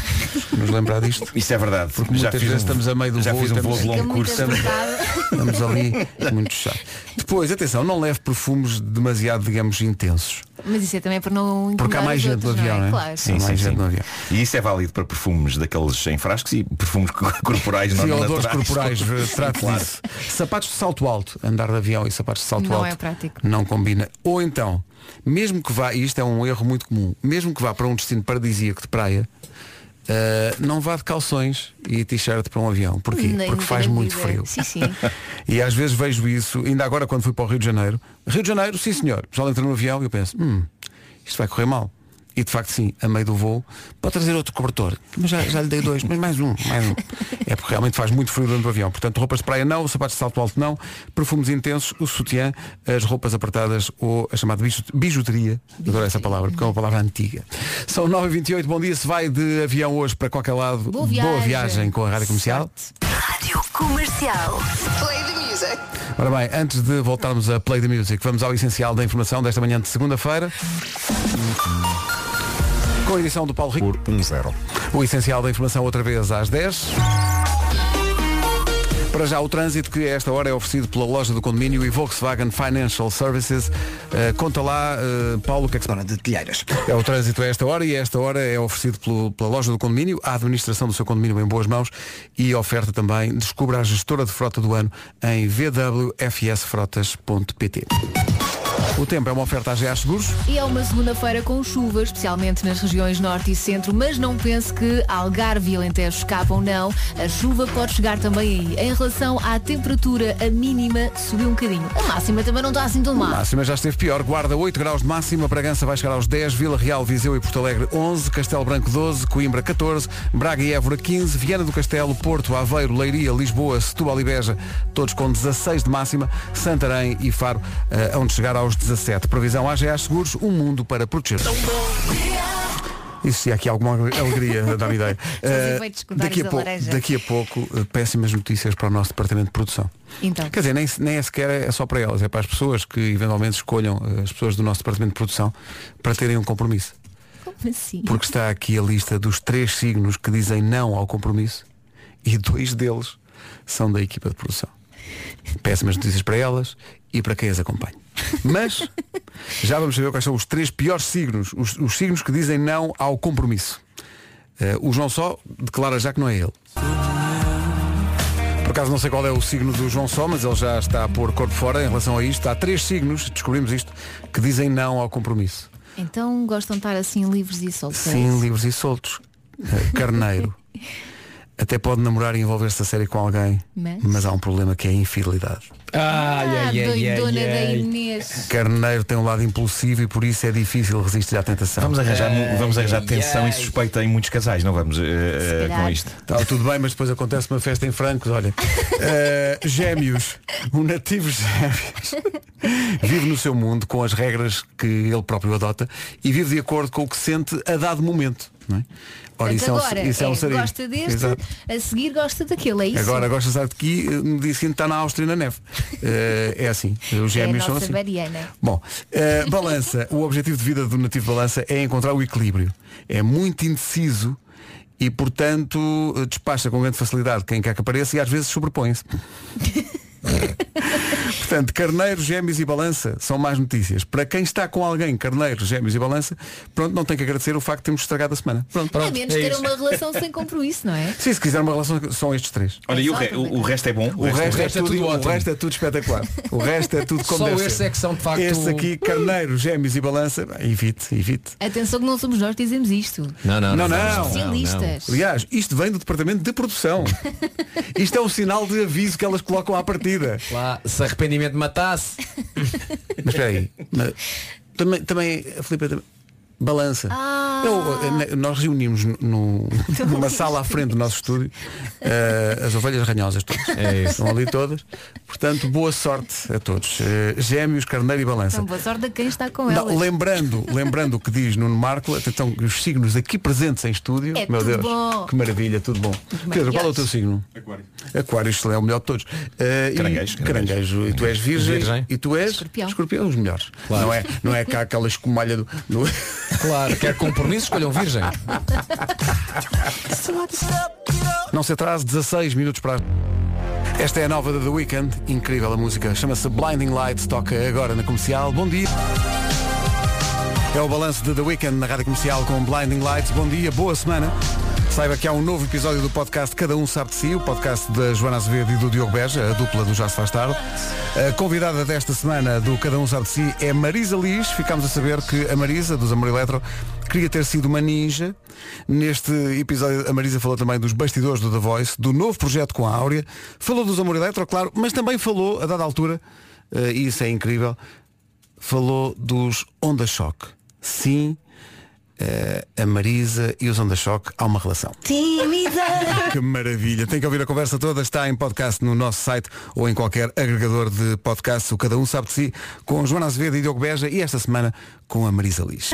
A: Nos lembrar disto?
E: Isso é verdade.
A: Porque muitas vezes estamos a meio do
E: já
A: voo
E: fiz
A: e
E: um voo
A: estamos-
E: de longo
A: Fica
E: curso.
A: muito Estamos ali, muito chato. Depois, atenção, não leve perfumes demasiado, digamos, intensos.
D: Mas isso é também para não
A: Porque há
D: incomodar
A: mais
D: os
A: gente no
D: outros, não
A: avião, não é?
D: Claro.
E: Sim,
A: Há
E: sim,
A: mais gente
E: sim.
A: no avião.
E: E isso é válido para perfumes daqueles em frascos e perfumes corporais
A: Sim,
E: não é?
A: odores
E: naturais.
A: corporais, eh, trate disso. Sapatos de salto alto, andar de avião e sapatos de salto
D: Não
A: alto.
D: é prático.
A: Não combina. Ou então, mesmo que vá, e isto é um erro muito comum, mesmo que vá para um destino paradisíaco de praia, eh, não vá de calções e t-shirt para um avião. Porquê?
D: Nem
A: Porque faz
D: na
A: muito
D: vida.
A: frio.
D: Sim, sim.
A: E às vezes vejo isso, ainda agora quando fui para o Rio de Janeiro. Rio de Janeiro, sim senhor, já entro no avião e eu penso, hum, isto vai correr mal. E de facto sim, a meio do voo, pode trazer outro cobertor. Mas já, já lhe dei dois, mas mais um, mais um. É porque realmente faz muito frio dentro do avião. Portanto, roupas de praia não, sapatos de salto alto não, perfumes intensos, o sutiã, as roupas apertadas ou a chamada biju- bijuteria. Adoro essa palavra, porque é uma palavra antiga. São 9h28, bom dia. Se vai de avião hoje para qualquer lado,
N: Boa viagem.
A: viagem com a Rádio Comercial.
N: Rádio Comercial. Play the music.
A: Ora bem, antes de voltarmos a Play the Music, vamos ao essencial da informação desta manhã de segunda-feira. Com a edição do Paulo Rico.
K: Por 1-0.
A: O essencial da informação outra vez às 10. Para já o trânsito que a esta hora é oferecido pela loja do condomínio e Volkswagen Financial Services. Eh, conta lá, eh, Paulo, o que é que
L: Zona de telheiras.
A: É o trânsito a esta hora e a esta hora é oferecido pelo- pela loja do condomínio, a administração do seu condomínio em boas mãos e oferta também, descubra a gestora de frota do ano em vwfsfrotas.pt. O tempo é uma oferta à GA Seguros.
D: E é uma segunda-feira com chuva, especialmente nas regiões norte e centro, mas não pense que Algarve e Alentejo escapam, não. A chuva pode chegar também aí. Em relação à temperatura, a mínima subiu um bocadinho. A máxima também não está assim tão má.
A: Máxima já esteve pior. Guarda 8 graus de máxima, Bragança vai chegar aos 10, Vila Real, Viseu e Porto Alegre 11, Castelo Branco 12, Coimbra 14, Braga e Évora 15, Viana do Castelo, Porto, Aveiro, Leiria, Lisboa, Setúbal e Beja, todos com 16 de máxima, Santarém e Faro, eh, onde chegar aos 17. Previsão AGA Seguros, um mundo para proteger. Isso se há aqui alguma alegria, dá-me ideia. Eh,
D: efeitos secundários
A: daqui, a
D: da
A: pouco,
D: laranja.
A: daqui a pouco, eh, péssimas notícias para o nosso departamento de produção.
D: Então.
A: Quer dizer, nem, nem é sequer é só para elas, é para as pessoas que eventualmente escolham eh, as pessoas do nosso departamento de produção para terem um compromisso.
D: Como assim?
A: Porque está aqui a lista dos três signos que dizem não ao compromisso e dois deles são da equipa de produção. Péssimas notícias para elas e para quem as acompanha. Mas já vamos saber quais são os três piores signos, os, os signos que dizem não ao compromisso. Eh, o João Só declara já que não é ele. Por acaso não sei qual é o signo do João Só, mas ele já está a pôr corpo fora em relação a isto. Há três signos, descobrimos isto, que dizem não ao compromisso.
D: Então gostam de estar assim livres e soltos. é
A: Sim,
D: isso?
A: livres e soltos. Eh, Carneiro. Até pode namorar e envolver-se a sério com alguém,
D: Mas?
A: há um problema que é a infidelidade.
D: Ah,
M: ai, ai,
D: doidona
M: ai,
D: da
M: ai.
D: Inês.
A: Carneiro tem um lado impulsivo e por isso é difícil resistir à tentação.
E: Vamos arranjar, mu- vamos arranjar tensão e suspeita em muitos casais, não vamos eh, eh,
A: calhar.
E: com isto.
A: Tá, tudo bem, mas depois acontece uma festa em francos, olha. Eh, gêmeos, um nativo gêmeos, vive no seu mundo com as regras que ele próprio adota e vive de acordo com o que sente a dado momento. Não é? Ora,
D: Portanto,
A: isso é um-
D: agora
A: isso é um
D: é,
A: sarilho.
D: gosta deste,
A: Exato.
D: a seguir gosta daquele, é isso?
A: Agora gosta de Eh, aqui, no dia seguinte está na Áustria na neve. Eh, é assim, os
D: é a
A: gêmeos
D: nossa
A: são assim.
D: Mariana.
A: Bom, eh, balança. O objetivo de vida do nativo balança é encontrar o equilíbrio. É muito indeciso e, portanto, eh, despacha com grande facilidade quem quer que apareça e às vezes sobrepõe-se. Portanto, carneiro, gêmeos e balança são más notícias. Para quem está com alguém, carneiro, gêmeos e balança, pronto, não tem que agradecer o facto de termos estragado a semana. Pronto, é
D: a é menos ter uma relação sem compromisso, não é?
A: Sim, se quiser uma relação, são estes três.
E: Olha, e o, re- o- o resto é bom.
A: O resto é tudo- o
E: ótimo.
A: resto é tudo espetacular. O resto é tudo como
M: Só
A: deve
M: estes
A: ser.
M: é que são, de facto,
A: Este aqui, carneiro, gêmeos e balança, bem, evite, evite.
D: Atenção que não somos nós que dizemos isto.
A: não,
D: Especialistas.
A: Aliás, isto vem do departamento de produção. isto é um sinal de aviso que elas colocam à partida.
M: Lá, se arrependimento matasse.
A: Mas espera aí. mas Também, também a Filipe também. Balança.
D: Ah.
A: Eu, eh, nós reunimos no- no- numa sala à frente do nosso estúdio eh, as ovelhas ranhosas todas.
M: É isso.
A: Estão ali todas. Portanto, boa sorte a todos. Eh, gêmeos, carneiro e balança.
D: Então, boa sorte a quem está com
A: Não,
D: elas.
A: lembrando, lembrando o que diz Nuno Marco, atenção, que os signos aqui presentes em estúdio.
D: É
A: meu
D: tudo
A: Deus,
D: bom.
A: que maravilha, tudo bom. Pedro, qual é o teu signo? Aquário. Aquário, isto é o melhor de todos. Eh, e-
E: Caranguejo,
A: caranguejo. E tu és virgem,
M: Virgem.
A: e tu és escorpião. os melhores. Não, é, não é cá aquela escumalha do. do-
M: Claro, quer compromisso, escolham virgem.
A: Não se atrase, 16 minutos para. Esta é a nova da The Weeknd, incrível a música. Chama-se Blinding Lights, toca agora na comercial. Bom dia. É o balanço de The Weeknd na rádio comercial com Blinding Lights. Bom dia, boa semana. Saiba que há um novo episódio do podcast Cada Um Sabe de Si, o podcast da Joana Azevedo e do Diogo Beja, a dupla do Já Se Faz Tarde. A convidada desta semana do Cada Um Sabe de Si é Marisa Liz. Ficámos a saber que a Marisa, dos Amor Eletro, queria ter sido uma ninja. Neste episódio, a Marisa falou também dos bastidores do The Voice, do novo projeto com a Áurea, falou dos Amor Eletro, claro, mas também falou, a dada altura, eh, e isso é incrível, falou dos Onda Choque. Sim, eh, a Marisa e os Onda Choque há uma relação.
N: Tímida.
A: Que maravilha. Tem que ouvir a conversa toda. Está em podcast no nosso site ou em qualquer agregador de podcast. O Cada Um Sabe de Si, com Joana Azevedo e Diogo Beja e esta semana com a Marisa Lix.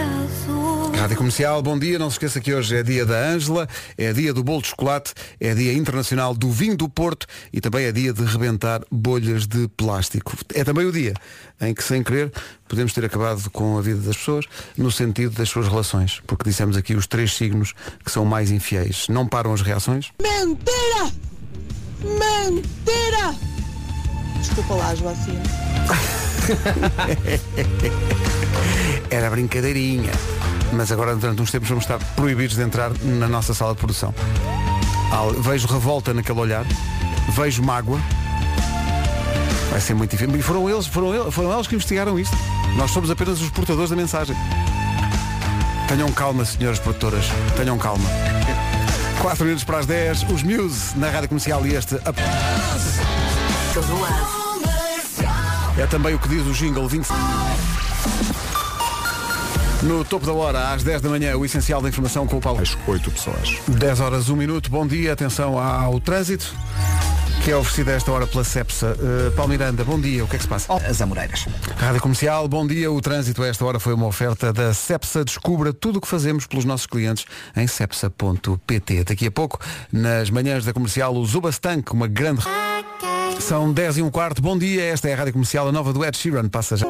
A: Rádio Comercial, bom dia. Não se esqueça que hoje é dia da Ângela, é dia do bolo de chocolate, é dia internacional do vinho do Porto e também é dia de rebentar bolhas de plástico. É também o dia em que, sem querer, podemos ter acabado com a vida das pessoas no sentido das suas relações, porque dissemos aqui os três signos que são mais infiéis. Não param as reações?
R: Mentira! Mentira! Desculpa lá, Joacim.
A: Era brincadeirinha. Mas agora, durante uns tempos, vamos estar proibidos de entrar na nossa sala de produção. Há- Vejo revolta naquele olhar, vejo mágoa. Vai ser muito difícil. E foram eles, foram eles, foram eles que investigaram isto. Nós somos apenas os portadores da mensagem. Tenham calma, senhoras produtoras. Tenham calma. 4 minutos para as 10, os Muse na Rádio Comercial e este... Up. É também o que diz o jingle 20. No topo da hora, às 10 da manhã, o essencial da informação com o Paulo. Às 8 pessoas. 10 horas, 1 minuto. Bom dia, atenção ao trânsito, que é oferecido a esta hora pela CEPSA. Uh, Paulo Miranda, bom dia, o que é que se passa?
L: As Amoreiras.
A: Rádio Comercial, bom dia. O trânsito a esta hora foi uma oferta da CEPSA. Descubra tudo o que fazemos pelos nossos clientes em cepsa.pt. Daqui a pouco, nas manhãs da comercial, o Zubastank, uma grande. São 10 e um quarto. Bom dia, esta é a Rádio Comercial, a nova do Ed Sheeran. Passa já.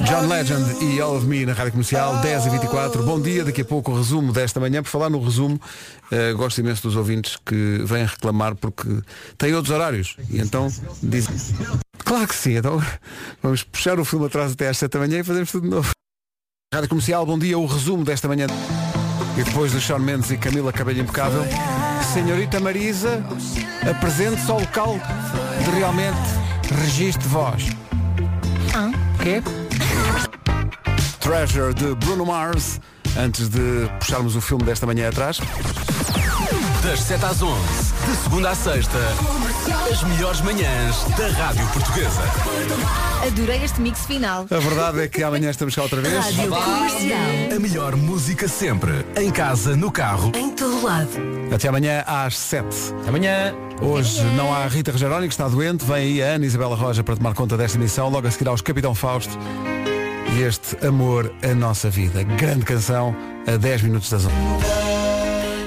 A: John Legend e All of Me na Rádio Comercial, 10 e 24 Bom dia, daqui a pouco o resumo desta manhã. Por falar no resumo, eh, gosto imenso dos ouvintes que vêm reclamar porque têm outros horários. E então dizem. Claro que sim, então vamos puxar o filme atrás até às 7 da manhã e fazemos tudo de novo. Rádio Comercial, bom dia, o resumo desta manhã. E depois de Sean Mendes e Camila Cabelho Impecável, Senhorita Marisa, apresente-se ao local de realmente registro de voz.
N: Ah.
A: Quê? Treasure de Bruno Mars, antes de puxarmos o filme desta manhã atrás.
T: Das 7 às 11, de segunda à sexta, as melhores manhãs da Rádio Portuguesa.
D: Adorei este mix final.
A: A verdade é que amanhã estamos cá outra vez.
D: Rádio Comercial.
T: A melhor música sempre, em casa, no carro.
D: Em todo lado.
A: Até amanhã às 7.
M: Amanhã.
A: Hoje não há Rita Rogeroni, que está doente. Vem aí a Ana Isabela Roja para tomar conta desta emissão. Logo a seguir aos Capitão Fausto. E este Amor, a Nossa Vida. Grande canção, a 10 minutos das 11.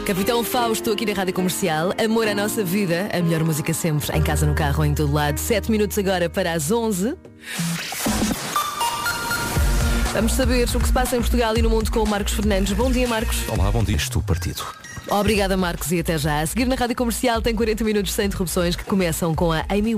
U: Capitão Fausto, aqui na Rádio Comercial. Amor à nossa vida, a melhor música sempre, em casa, no carro, em todo lado. Sete minutos agora para as 11. Vamos saber o que se passa em Portugal e no mundo com o Marcos Fernandes. Bom dia, Marcos.
V: Olá, bom dia. Estou partido.
D: Obrigada, Marcos, e até já. A seguir na Rádio Comercial tem 40 minutos sem interrupções que começam com a Amy